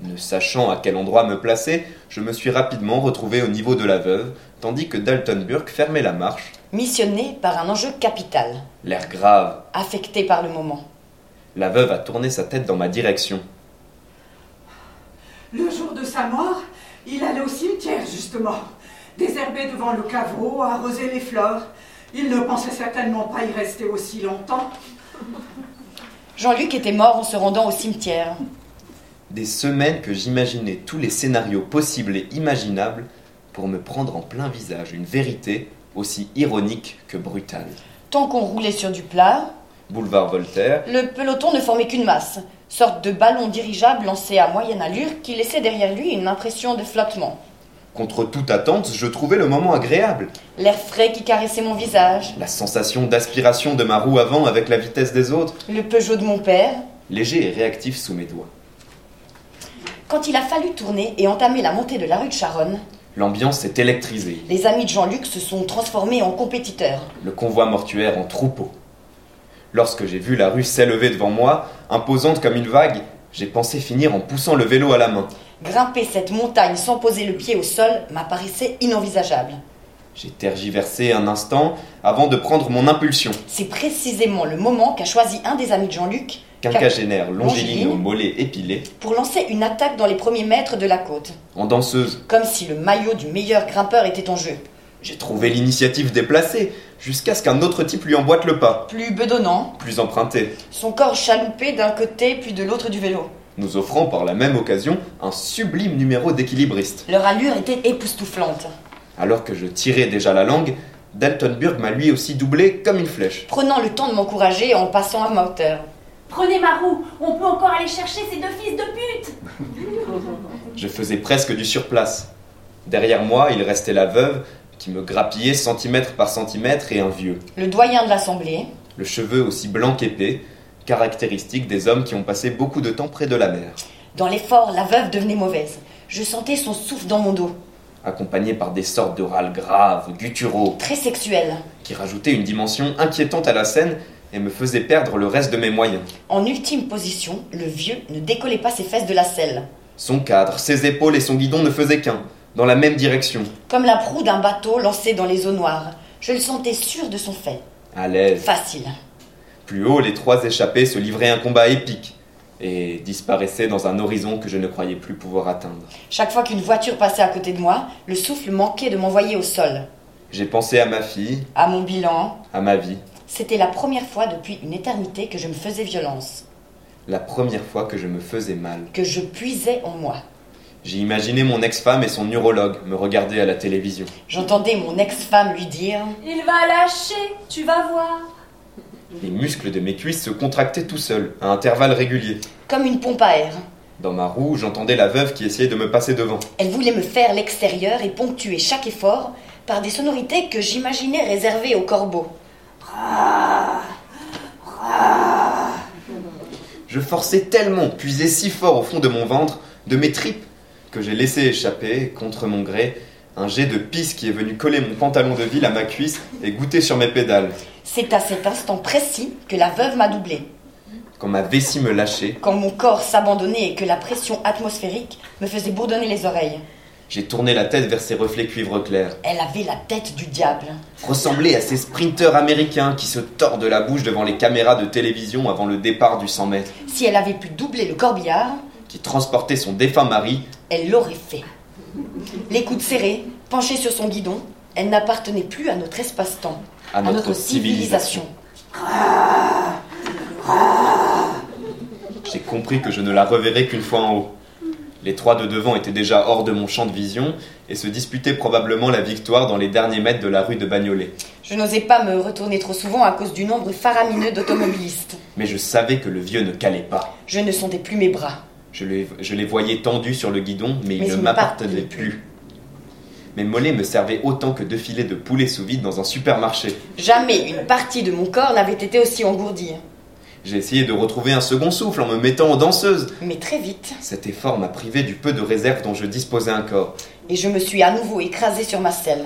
[SPEAKER 9] ne sachant à quel endroit me placer, je me suis rapidement retrouvé au niveau de la veuve, tandis que Dalton Burke fermait la marche,
[SPEAKER 7] Missionné par un enjeu capital,
[SPEAKER 9] l'air grave.
[SPEAKER 7] affecté par le moment.
[SPEAKER 9] La veuve a tourné sa tête dans ma direction.
[SPEAKER 10] Le jour de sa mort, il allait au cimetière, justement. Désherber devant le caveau, arroser les fleurs. Il ne pensait certainement pas y rester aussi longtemps.
[SPEAKER 7] Jean-Luc était mort en se rendant au cimetière.
[SPEAKER 9] Des semaines que j'imaginais tous les scénarios possibles et imaginables pour me prendre en plein visage une vérité aussi ironique que brutale.
[SPEAKER 7] Tant qu'on roulait sur du plat,
[SPEAKER 9] Boulevard Voltaire,
[SPEAKER 7] le peloton ne formait qu'une masse, sorte de ballon dirigeable lancé à moyenne allure qui laissait derrière lui une impression de flottement.
[SPEAKER 9] Contre toute attente, je trouvais le moment agréable.
[SPEAKER 7] L'air frais qui caressait mon visage,
[SPEAKER 9] La sensation d'aspiration de ma roue avant avec la vitesse des autres,
[SPEAKER 7] le Peugeot de mon père.
[SPEAKER 9] léger et réactif sous mes doigts.
[SPEAKER 7] Quand il a fallu tourner et entamer la montée de la rue de Charonne,
[SPEAKER 9] L'ambiance est électrisée,
[SPEAKER 7] les amis de Jean-Luc se sont transformés en compétiteurs.
[SPEAKER 9] le convoi mortuaire en troupeau. Lorsque j'ai vu la rue s'élever devant moi, imposante comme une vague, j'ai pensé finir en poussant le vélo à la main.
[SPEAKER 7] Grimper cette montagne sans poser le pied au sol m'apparaissait inenvisageable.
[SPEAKER 9] J'ai tergiversé un instant avant de prendre mon impulsion.
[SPEAKER 7] C'est précisément le moment qu'a choisi un des amis de Jean-Luc
[SPEAKER 9] Quinquagénaire, longiligne aux
[SPEAKER 7] Longiligne.
[SPEAKER 9] mollets épilés,
[SPEAKER 7] pour lancer une attaque dans les premiers mètres de la côte,
[SPEAKER 9] en danseuse,
[SPEAKER 7] comme si le maillot du meilleur grimpeur était en jeu.
[SPEAKER 9] j'ai trouvé l'initiative déplacée jusqu'à ce qu'un autre type lui emboîte le pas,
[SPEAKER 7] Plus bedonnant,
[SPEAKER 9] plus emprunté.
[SPEAKER 7] son corps chaloupé d'un côté puis de l'autre du vélo.
[SPEAKER 9] nous offrant par la même occasion un sublime numéro d'équilibriste.
[SPEAKER 7] Leur allure était époustouflante.
[SPEAKER 9] Alors que je tirais déjà la langue, Daltonburg m'a lui aussi doublé comme une flèche.
[SPEAKER 7] prenant le temps de m'encourager en passant à ma hauteur.
[SPEAKER 4] Prenez ma roue, on peut encore aller chercher ces deux fils de pute
[SPEAKER 9] Je faisais presque du surplace. Derrière moi, il restait la veuve qui me grappillait centimètre par centimètre et un vieux,
[SPEAKER 7] Le doyen de l'assemblée,
[SPEAKER 9] le cheveu aussi blanc qu'épais, caractéristique des hommes qui ont passé beaucoup de temps près de la mer,
[SPEAKER 7] dans l'effort, la veuve devenait mauvaise. Je sentais son souffle dans mon dos,
[SPEAKER 9] accompagné par des sortes de râles graves, gutturaux,
[SPEAKER 7] très sexuel.
[SPEAKER 9] qui rajoutaient une dimension inquiétante à la scène et me faisaient perdre le reste de mes moyens.
[SPEAKER 7] En ultime position, le vieux ne décollait pas ses fesses de la selle,
[SPEAKER 9] Son cadre, ses épaules et son guidon ne faisaient qu'un, dans la même direction,
[SPEAKER 7] comme la proue d'un bateau lancé dans les eaux noires. Je le sentais sûr de son fait.
[SPEAKER 9] à l'aise.
[SPEAKER 7] Facile.
[SPEAKER 9] Plus haut, les trois échappés se livraient à un combat épique et disparaissaient dans un horizon que je ne croyais plus pouvoir atteindre.
[SPEAKER 7] Chaque fois qu'une voiture passait à côté de moi, le souffle manquait de m'envoyer au sol.
[SPEAKER 9] J'ai pensé à ma fille,
[SPEAKER 7] À mon bilan,
[SPEAKER 9] à ma vie,
[SPEAKER 7] c'était la première fois depuis une éternité que je me faisais violence,
[SPEAKER 9] la première fois que je me faisais mal.
[SPEAKER 7] que je puisais en moi.
[SPEAKER 9] J'ai imaginé mon ex-femme et son neurologue me regarder à la télévision.
[SPEAKER 7] J'entendais mon ex-femme lui dire
[SPEAKER 4] Il va lâcher, tu vas voir.
[SPEAKER 9] Les muscles de mes cuisses se contractaient tout seuls, à intervalles réguliers.
[SPEAKER 7] comme une pompe à air.
[SPEAKER 9] Dans ma roue, j'entendais la veuve qui essayait de me passer devant.
[SPEAKER 7] Elle voulait me faire l'extérieur et ponctuer chaque effort par des sonorités que j'imaginais réservées aux corbeaux.
[SPEAKER 9] Je forçais tellement, puisais si fort au fond de mon ventre, de mes tripes, que j'ai laissé échapper, contre mon gré, un jet de pisse qui est venu coller mon pantalon de ville à ma cuisse et goûter sur mes pédales.
[SPEAKER 7] C'est à cet instant précis que la veuve m'a doublé,
[SPEAKER 9] Quand ma vessie me lâchait,
[SPEAKER 7] quand mon corps s'abandonnait et que la pression atmosphérique me faisait bourdonner les oreilles.
[SPEAKER 9] j'ai tourné la tête vers ses reflets cuivre clair.
[SPEAKER 7] Elle avait la tête du diable.
[SPEAKER 9] Ressemblait à ces sprinteurs américains qui se tordent la bouche devant les caméras de télévision avant le départ du 100 mètres,
[SPEAKER 7] Si elle avait pu doubler le corbillard,
[SPEAKER 9] qui transportait son défunt mari.
[SPEAKER 7] elle l'aurait fait. Les coudes serrés, penchée sur son guidon, elle n'appartenait plus à notre espace-temps,
[SPEAKER 9] À notre civilisation. J'ai compris que je ne la reverrai qu'une fois en haut. Les trois de devant étaient déjà hors de mon champ de vision et se disputaient probablement la victoire dans les derniers mètres de la rue de Bagnolet.
[SPEAKER 7] Je n'osais pas me retourner trop souvent à cause du nombre faramineux d'automobilistes.
[SPEAKER 9] Mais je savais que le vieux ne calait pas.
[SPEAKER 7] Je ne sentais plus mes bras.
[SPEAKER 9] Je, le- je les voyais tendus sur le guidon, mais,
[SPEAKER 7] Mais
[SPEAKER 9] ils ne
[SPEAKER 7] ils ne
[SPEAKER 9] m'appartenaient plus. Mes mollets me servaient autant que deux filets de poulet sous vide dans un supermarché.
[SPEAKER 7] Jamais une partie de mon corps n'avait été aussi engourdie.
[SPEAKER 9] J'ai essayé de retrouver un second souffle en me mettant aux danseuses.
[SPEAKER 7] Mais très vite,
[SPEAKER 9] Cet effort m'a privé du peu de réserve dont je disposais encore.
[SPEAKER 7] et je me suis à nouveau écrasée sur ma selle.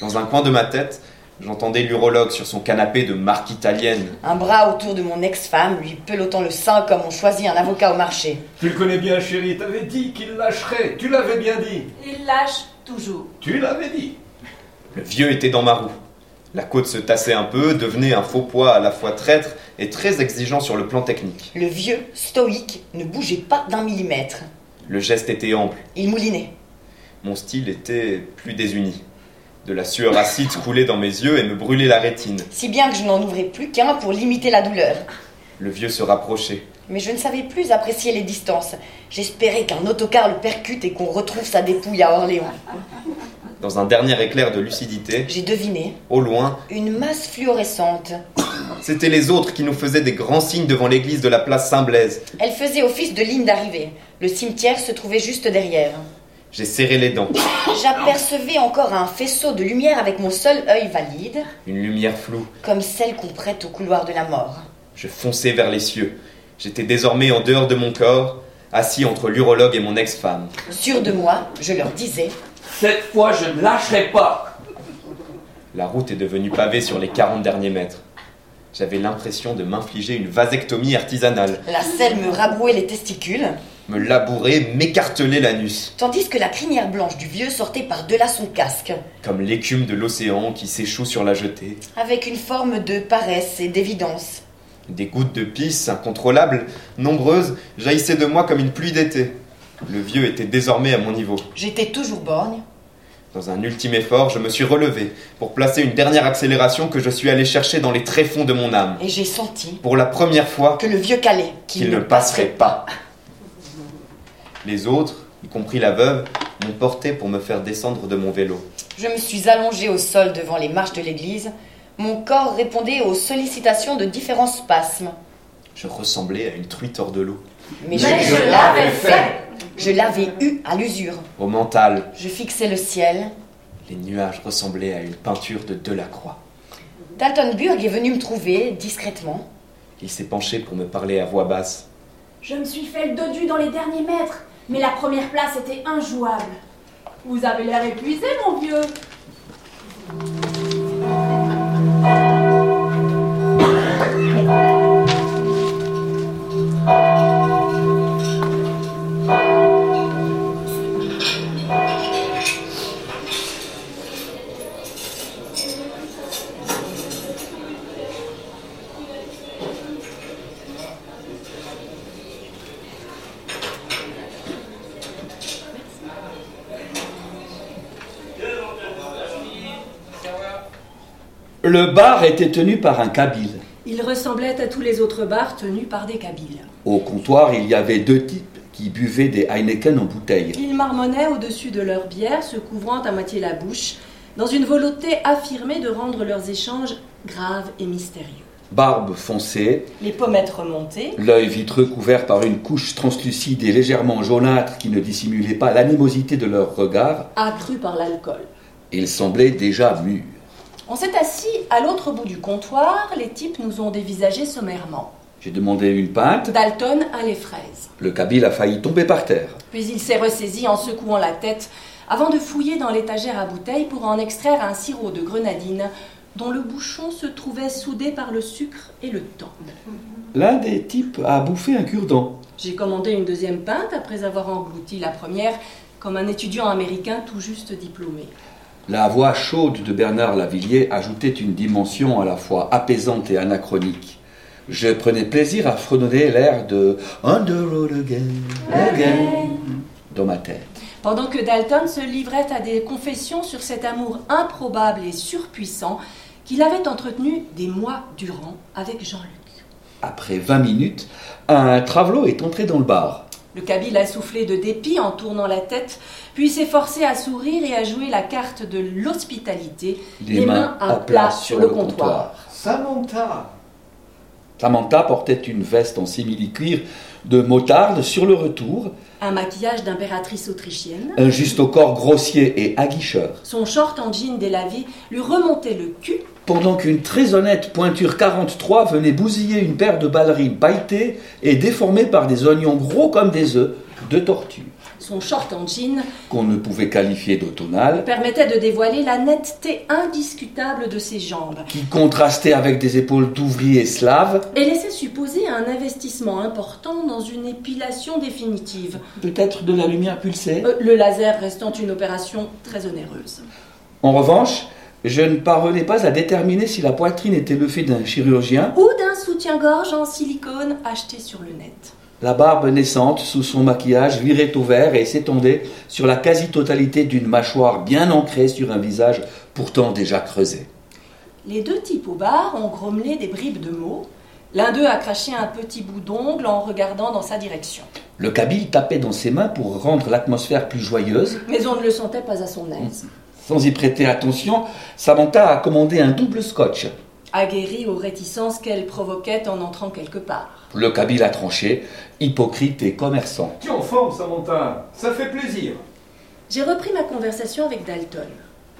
[SPEAKER 9] Dans un coin de ma tête, j'entendais l'urologue sur son canapé de marque italienne.
[SPEAKER 7] Un bras autour de mon ex-femme, lui pelotant le sein comme on choisit un avocat au marché.
[SPEAKER 3] Tu le connais bien, chérie, t'avais dit qu'il lâcherait, tu l'avais bien dit.
[SPEAKER 4] Il lâche toujours.
[SPEAKER 3] Tu l'avais dit.
[SPEAKER 9] Le vieux était dans ma roue. La côte se tassait un peu, devenait un faux poids à la fois traître et très exigeant sur le plan technique.
[SPEAKER 7] Le vieux, stoïque, ne bougeait pas d'un millimètre.
[SPEAKER 9] Le geste était ample,
[SPEAKER 7] Il moulinait.
[SPEAKER 9] mon style était plus désuni. De la sueur acide coulait dans mes yeux et me brûlait la rétine.
[SPEAKER 7] Si bien que je n'en ouvrais plus qu'un pour limiter la douleur.
[SPEAKER 9] Le vieux se rapprochait.
[SPEAKER 7] Mais je ne savais plus apprécier les distances. J'espérais qu'un autocar le percute et qu'on retrouve sa dépouille à Orléans.
[SPEAKER 9] Dans un dernier éclair de lucidité,
[SPEAKER 7] J'ai deviné
[SPEAKER 9] au loin,
[SPEAKER 7] une masse fluorescente.
[SPEAKER 9] c'étaient les autres qui nous faisaient des grands signes devant l'église de la place Saint-Blaise.
[SPEAKER 7] Elle faisait office de ligne d'arrivée. Le cimetière se trouvait juste derrière.
[SPEAKER 9] J'ai serré les dents.
[SPEAKER 7] J'apercevais encore un faisceau de lumière avec mon seul œil valide,
[SPEAKER 9] Une lumière floue.
[SPEAKER 7] comme celle qu'on prête au couloir de la mort.
[SPEAKER 9] Je fonçais vers les cieux. J'étais désormais en dehors de mon corps, assis entre l'urologue et mon ex-femme.
[SPEAKER 7] Sûr de moi, je leur disais
[SPEAKER 6] Cette fois, je ne lâcherai pas.
[SPEAKER 9] La route est devenue pavée sur les 40 derniers mètres. J'avais l'impression de m'infliger une vasectomie artisanale,
[SPEAKER 7] La selle me rabouait les testicules,
[SPEAKER 9] me labourer, m'écarteler l'anus,
[SPEAKER 7] tandis que la crinière blanche du vieux sortait par-delà son casque,
[SPEAKER 9] comme l'écume de l'océan qui s'échoue sur la jetée.
[SPEAKER 7] avec une forme de paresse et d'évidence.
[SPEAKER 9] Des gouttes de pisse incontrôlables, nombreuses, jaillissaient de moi comme une pluie d'été. Le vieux était désormais à mon niveau.
[SPEAKER 7] J'étais toujours borgne,
[SPEAKER 9] Dans un ultime effort, je me suis relevé pour placer une dernière accélération que je suis allé chercher dans les tréfonds de mon âme.
[SPEAKER 7] et j'ai senti
[SPEAKER 9] Pour la première fois,
[SPEAKER 7] que le vieux calait, qu'il
[SPEAKER 9] qu'il ne passerait pas. Les autres, y compris la veuve,
[SPEAKER 16] m'ont porté pour me faire descendre de mon vélo.
[SPEAKER 7] Je me suis allongée au sol devant les marches de l'église. Mon corps répondait aux sollicitations de différents spasmes.
[SPEAKER 16] Je ressemblais à une truite hors de l'eau.
[SPEAKER 7] Mais, je, je l'avais fait Je l'avais eu à l'usure.
[SPEAKER 16] Au mental,
[SPEAKER 7] Je fixais le ciel.
[SPEAKER 16] les nuages ressemblaient à une peinture de Delacroix.
[SPEAKER 7] Dalton Burg est venu me trouver discrètement.
[SPEAKER 16] Il s'est penché pour me parler à voix basse.
[SPEAKER 2] Je me suis fait le dodu dans les derniers mètres, mais la première place était injouable. Vous avez l'air épuisé, mon vieux.
[SPEAKER 9] Le bar était tenu par un kabyle.
[SPEAKER 2] Il ressemblait à tous les autres bars tenus par des kabyles.
[SPEAKER 9] Au comptoir, il y avait deux types qui buvaient des Heineken en bouteille.
[SPEAKER 4] Ils marmonnaient au-dessus de leur bière, se couvrant à moitié la bouche, dans une volonté affirmée de rendre leurs échanges graves et mystérieux.
[SPEAKER 9] Barbe foncée,
[SPEAKER 4] Les pommettes remontées,
[SPEAKER 9] l'œil vitreux couvert par une couche translucide et légèrement jaunâtre qui ne dissimulait pas l'animosité de leur regard,
[SPEAKER 4] accrues par l'alcool.
[SPEAKER 9] ils semblaient déjà mûrs.
[SPEAKER 4] On s'est assis à l'autre bout du comptoir, les types nous ont dévisagés sommairement.
[SPEAKER 9] J'ai demandé une pinte,
[SPEAKER 4] Dalton a les fraises.
[SPEAKER 9] le kabyle a failli tomber par terre.
[SPEAKER 4] Puis il s'est ressaisi en secouant la tête avant de fouiller dans l'étagère à bouteilles pour en extraire un sirop de grenadine dont le bouchon se trouvait soudé par le sucre et le temps.
[SPEAKER 9] L'un des types a bouffé un cure-dent.
[SPEAKER 4] J'ai commandé une deuxième pinte après avoir englouti la première comme un étudiant américain tout juste diplômé.
[SPEAKER 9] La voix chaude de Bernard Lavillier ajoutait une dimension à la fois apaisante et anachronique. Je prenais plaisir à fredonner l'air de On the road again, again dans ma tête.
[SPEAKER 4] Pendant que Dalton se livrait à des confessions sur cet amour improbable et surpuissant qu'il avait entretenu des mois durant avec Jean-Luc.
[SPEAKER 9] Après 20 minutes, un travelot est entré dans le bar.
[SPEAKER 4] Le kabyle a soufflé de dépit en tournant la tête, puis s'est forcé à sourire et à jouer la carte de l'hospitalité,
[SPEAKER 9] Les mains à plat sur le comptoir.
[SPEAKER 3] Samantha
[SPEAKER 9] Samantha portait une veste en simili-cuir de motarde sur le retour,
[SPEAKER 4] Un maquillage d'impératrice autrichienne,
[SPEAKER 9] un juste au corps grossier et aguicheur.
[SPEAKER 4] son short en jean délavé lui remontait le cul,
[SPEAKER 9] Pendant qu'une très honnête pointure 43 venait bousiller une paire de ballerines pailletées et déformées par des oignons gros comme des œufs de tortue,
[SPEAKER 4] son short en jean
[SPEAKER 9] qu'on ne pouvait qualifier d'automnale,
[SPEAKER 4] permettait de dévoiler la netteté indiscutable de ses jambes.
[SPEAKER 9] qui contrastait avec des épaules d'ouvriers slaves,
[SPEAKER 4] et laissait supposer un investissement important dans une épilation définitive,
[SPEAKER 9] peut-être de la lumière pulsée.
[SPEAKER 4] euh, le laser restant une opération très onéreuse.
[SPEAKER 9] En revanche, je ne parvenais pas à déterminer si la poitrine était le fait d'un chirurgien,
[SPEAKER 4] Ou d'un soutien-gorge en silicone acheté sur le net.
[SPEAKER 9] la barbe naissante sous son maquillage virait au vert et s'étendait sur la quasi-totalité d'une mâchoire bien ancrée sur un visage pourtant déjà creusé.
[SPEAKER 4] Les deux types au bar ont grommelé des bribes de mots. L'un d'eux a craché un petit bout d'ongle en regardant dans sa direction.
[SPEAKER 9] Le kabyle tapait dans ses mains pour rendre l'atmosphère plus joyeuse.
[SPEAKER 4] Mais on ne le sentait pas à son aise.
[SPEAKER 9] Sans y prêter attention, Samantha a commandé un double scotch.
[SPEAKER 4] Aguerri aux réticences qu'elle provoquait en entrant quelque part.
[SPEAKER 9] Le kabyle a tranché, hypocrite et commerçant.
[SPEAKER 3] Tu es en forme, Samantha Ça fait plaisir
[SPEAKER 4] J'ai repris ma conversation avec Dalton.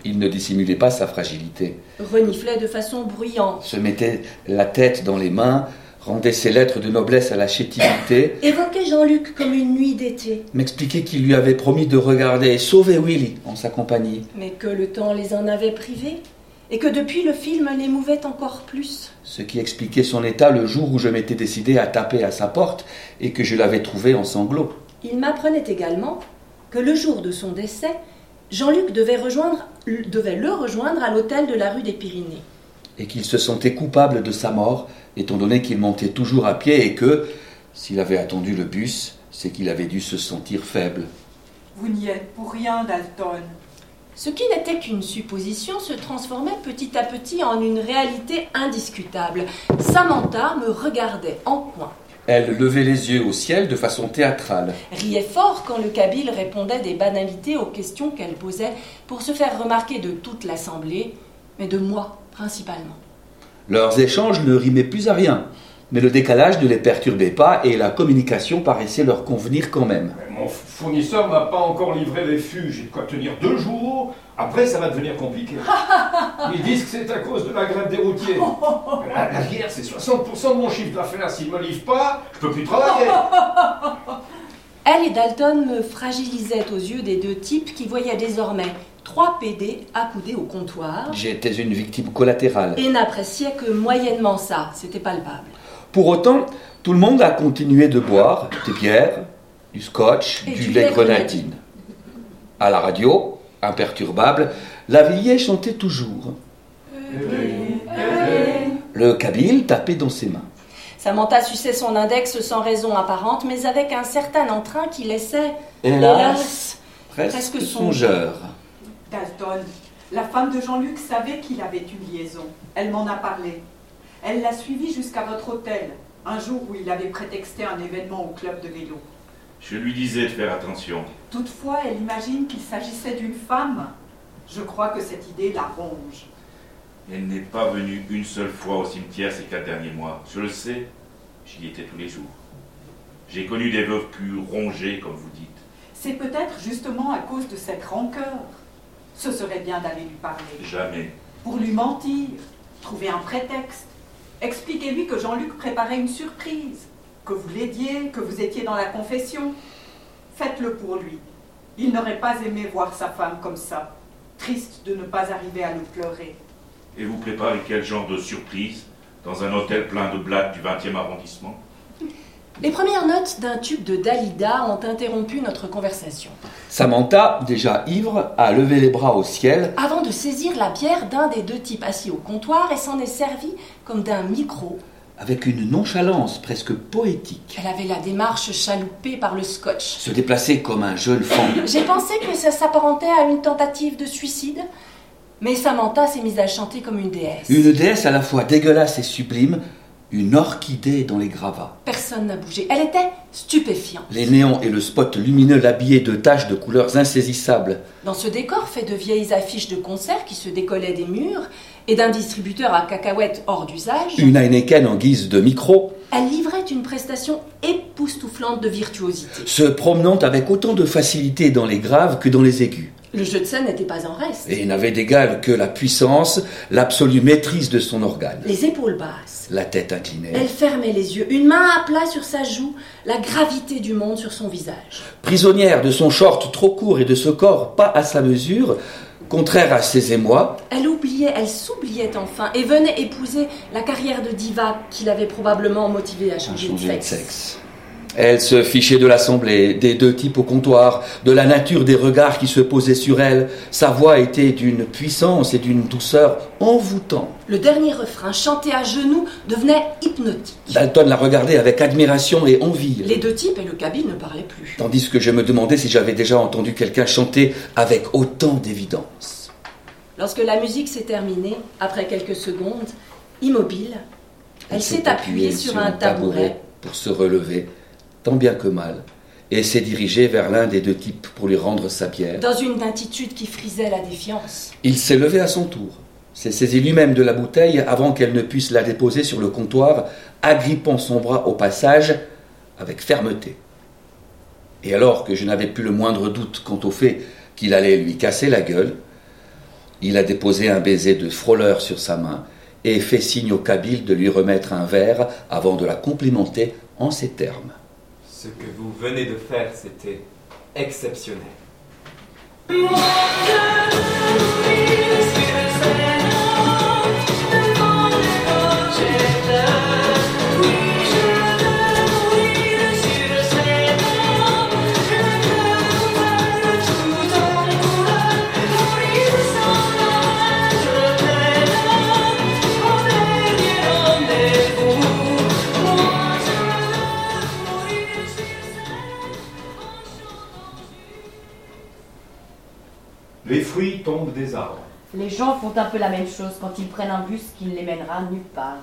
[SPEAKER 9] Il ne dissimulait pas sa fragilité,
[SPEAKER 4] Reniflait de façon bruyante.
[SPEAKER 9] se mettait la tête dans les mains, rendait ses lettres de noblesse à la chétivité,
[SPEAKER 4] Évoquait Jean-Luc comme une nuit d'été,
[SPEAKER 9] m'expliquait qu'il lui avait promis de regarder et sauver Willy en sa compagnie.
[SPEAKER 4] mais que le temps les en avait privés, et que depuis le film l'émouvait encore plus.
[SPEAKER 9] Ce qui expliquait son état le jour où je m'étais décidé à taper à sa porte et que je l'avais trouvé en sanglots.
[SPEAKER 4] Il m'apprenait également que le jour de son décès, Jean-Luc devait, rejoindre- devait le rejoindre à l'hôtel de la rue des Pyrénées.
[SPEAKER 9] et qu'il se sentait coupable de sa mort, étant donné qu'il montait toujours à pied et que, s'il avait attendu le bus, c'est qu'il avait dû se sentir faible.
[SPEAKER 17] Vous n'y êtes pour rien, Dalton.
[SPEAKER 4] Ce qui n'était qu'une supposition se transformait petit à petit en une réalité indiscutable. Samantha me regardait en coin.
[SPEAKER 9] Elle levait les yeux au ciel de façon théâtrale.
[SPEAKER 4] riait fort quand le Kabyle répondait des banalités aux questions qu'elle posait pour se faire remarquer de toute l'assemblée, mais de moi principalement.
[SPEAKER 9] Leurs échanges ne rimaient plus à rien, mais le décalage ne les perturbait pas et la communication paraissait leur convenir quand même.
[SPEAKER 3] Mon fournisseur m'a pas encore livré les fûts, j'ai de quoi tenir deux jours, après ça va devenir compliqué. Ils disent que c'est à cause de la grève des routiers. La, la guerre, c'est 60% de mon chiffre d'affaires, s'ils me livrent pas, je peux plus travailler.
[SPEAKER 4] Elle et Dalton me fragilisaient aux yeux des deux types qui voyaient désormais trois PD accoudés au comptoir
[SPEAKER 9] J'étais une victime collatérale.
[SPEAKER 4] et n'appréciaient que moyennement ça, c'était palpable.
[SPEAKER 9] Pour autant, tout le monde a continué de boire des bières, du scotch,
[SPEAKER 4] Et
[SPEAKER 9] du lait grenadine. À la radio, imperturbable, la Lavilliers chantait toujours. Le Kabyle tapait dans ses mains.
[SPEAKER 4] Samantha suçait son index sans raison apparente, mais avec un certain entrain qui laissait,
[SPEAKER 9] Hélas,
[SPEAKER 4] Presque
[SPEAKER 9] presque songeur.
[SPEAKER 4] songeur.
[SPEAKER 2] Dalton, la femme de Jean-Luc savait qu'il avait une liaison. Elle m'en a parlé. Elle l'a suivi jusqu'à votre hôtel, un jour où il avait prétexté un événement au club de vélo.
[SPEAKER 8] Je lui disais de faire attention.
[SPEAKER 2] Toutefois, elle imagine qu'il s'agissait d'une femme. Je crois que cette idée la ronge.
[SPEAKER 8] Elle n'est pas venue une seule fois au cimetière ces quatre derniers mois. Je le sais, j'y étais tous les jours. J'ai connu des veuves plus rongées, comme vous dites.
[SPEAKER 2] C'est peut-être justement à cause de cette rancœur. Ce serait bien d'aller lui parler.
[SPEAKER 8] Jamais.
[SPEAKER 2] Pour lui mentir, trouver un prétexte. Expliquez-lui que Jean-Luc préparait une surprise, que vous l'aidiez, que vous étiez dans la confession. Faites-le pour lui. Il n'aurait pas aimé voir sa femme comme ça, triste de ne pas arriver à le pleurer.
[SPEAKER 8] Et vous préparez quel genre de surprise dans un hôtel plein de blagues du 20e arrondissement
[SPEAKER 4] Les premières notes d'un tube de Dalida ont interrompu notre conversation.
[SPEAKER 9] Samantha, déjà ivre, a levé les bras au ciel.
[SPEAKER 4] Avant de saisir la bière d'un des deux types assis au comptoir et s'en est servie comme d'un micro,
[SPEAKER 9] Avec une nonchalance presque poétique,
[SPEAKER 4] elle avait la démarche chaloupée par le scotch.
[SPEAKER 9] se déplaçait comme un jeune fan.
[SPEAKER 4] J'ai pensé que ça s'apparentait à une tentative de suicide, mais Samantha s'est mise à chanter comme une déesse.
[SPEAKER 9] Une déesse à la fois dégueulasse et sublime, une orchidée dans les gravats.
[SPEAKER 4] Personne n'a bougé. Elle était stupéfiante.
[SPEAKER 9] Les néons et le spot lumineux l'habillaient de taches de couleurs insaisissables.
[SPEAKER 4] Dans ce décor fait de vieilles affiches de concerts qui se décollaient des murs et d'un distributeur à cacahuètes hors d'usage,
[SPEAKER 9] Une Heineken en guise de micro,
[SPEAKER 4] elle livrait une prestation époustouflante de virtuosité.
[SPEAKER 9] se promenant avec autant de facilité dans les graves que dans les aigus,
[SPEAKER 4] Le jeu de scène n'était pas en reste.
[SPEAKER 9] et n'avait d'égal que la puissance, l'absolue maîtrise de son organe.
[SPEAKER 4] Les épaules basses.
[SPEAKER 9] La tête inclinée,
[SPEAKER 4] Elle fermait les yeux, une main à plat sur sa joue, la gravité du monde sur son visage.
[SPEAKER 9] prisonnière de son short trop court et de ce corps pas à sa mesure, contraire à ses émois,
[SPEAKER 4] Elle oubliait, elle s'oubliait enfin et venait épouser la carrière de diva qui l'avait probablement motivée à changer de
[SPEAKER 9] changer de
[SPEAKER 4] sexe.
[SPEAKER 9] sexe. Elle se fichait de l'assemblée, des deux types au comptoir, de la nature des regards qui se posaient sur elle. Sa voix était d'une puissance et d'une douceur envoûtantes.
[SPEAKER 4] Le dernier refrain, chanté à genoux, devenait hypnotique.
[SPEAKER 9] Dalton la regardait avec admiration et envie,
[SPEAKER 4] Les deux types et le cabine ne parlaient plus.
[SPEAKER 9] tandis que je me demandais si j'avais déjà entendu quelqu'un chanter avec autant d'évidence.
[SPEAKER 4] Lorsque la musique s'est terminée, après quelques secondes, immobile, elle s'est appuyée sur un tabouret.
[SPEAKER 9] pour se relever, tant bien que mal, et s'est dirigée vers l'un des deux types pour lui rendre sa bière.
[SPEAKER 4] Dans une attitude qui frisait la défiance.
[SPEAKER 9] Il s'est levé à son tour, s'est saisi lui-même de la bouteille avant qu'elle ne puisse la déposer sur le comptoir, agrippant son bras au passage avec fermeté. Et alors que je n'avais plus le moindre doute quant au fait qu'il allait lui casser la gueule, il a déposé un baiser de frôleur sur sa main et fait signe au Kabyle de lui remettre un verre avant de la complimenter en ces termes.
[SPEAKER 18] Ce que vous venez de faire, c'était exceptionnel.
[SPEAKER 3] Les fruits tombent des arbres.
[SPEAKER 19] Les gens font un peu la même chose quand ils prennent un bus qui ne les mènera nulle part.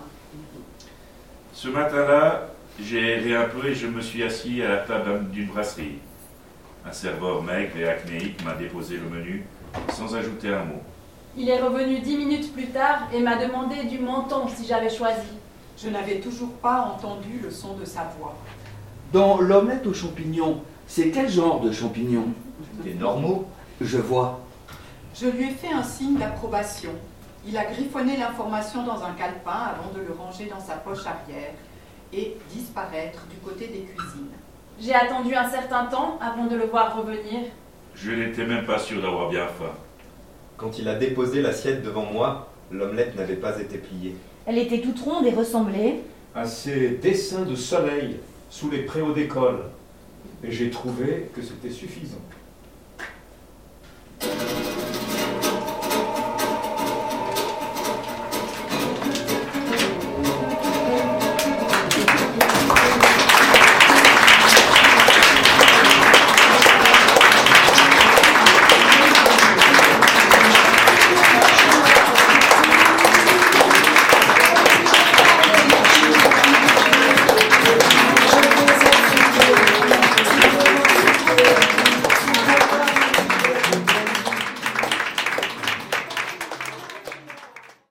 [SPEAKER 8] Ce matin-là, J'ai erré un peu et je me suis assis à la table d'une brasserie. Un serveur maigre et acnéique m'a déposé le menu sans ajouter un mot.
[SPEAKER 2] Il est revenu dix minutes plus tard et m'a demandé du menton si j'avais choisi.
[SPEAKER 11] Je n'avais toujours pas entendu le son de sa voix.
[SPEAKER 20] Dans l'omelette aux champignons, c'est quel genre de champignons
[SPEAKER 9] Des normaux.
[SPEAKER 20] Je vois.
[SPEAKER 11] Je lui ai fait un signe d'approbation. Il a griffonné l'information dans un calepin avant de le ranger dans sa poche arrière et disparaître du côté des cuisines.
[SPEAKER 2] J'ai attendu un certain temps avant de le voir revenir.
[SPEAKER 8] Je n'étais même pas sûr d'avoir bien faim.
[SPEAKER 9] Quand il a déposé l'assiette devant moi, l'omelette n'avait pas été pliée.
[SPEAKER 4] Elle était toute ronde et ressemblait.
[SPEAKER 3] à ces dessins de soleil sous les préaux d'école. Et j'ai trouvé que c'était suffisant.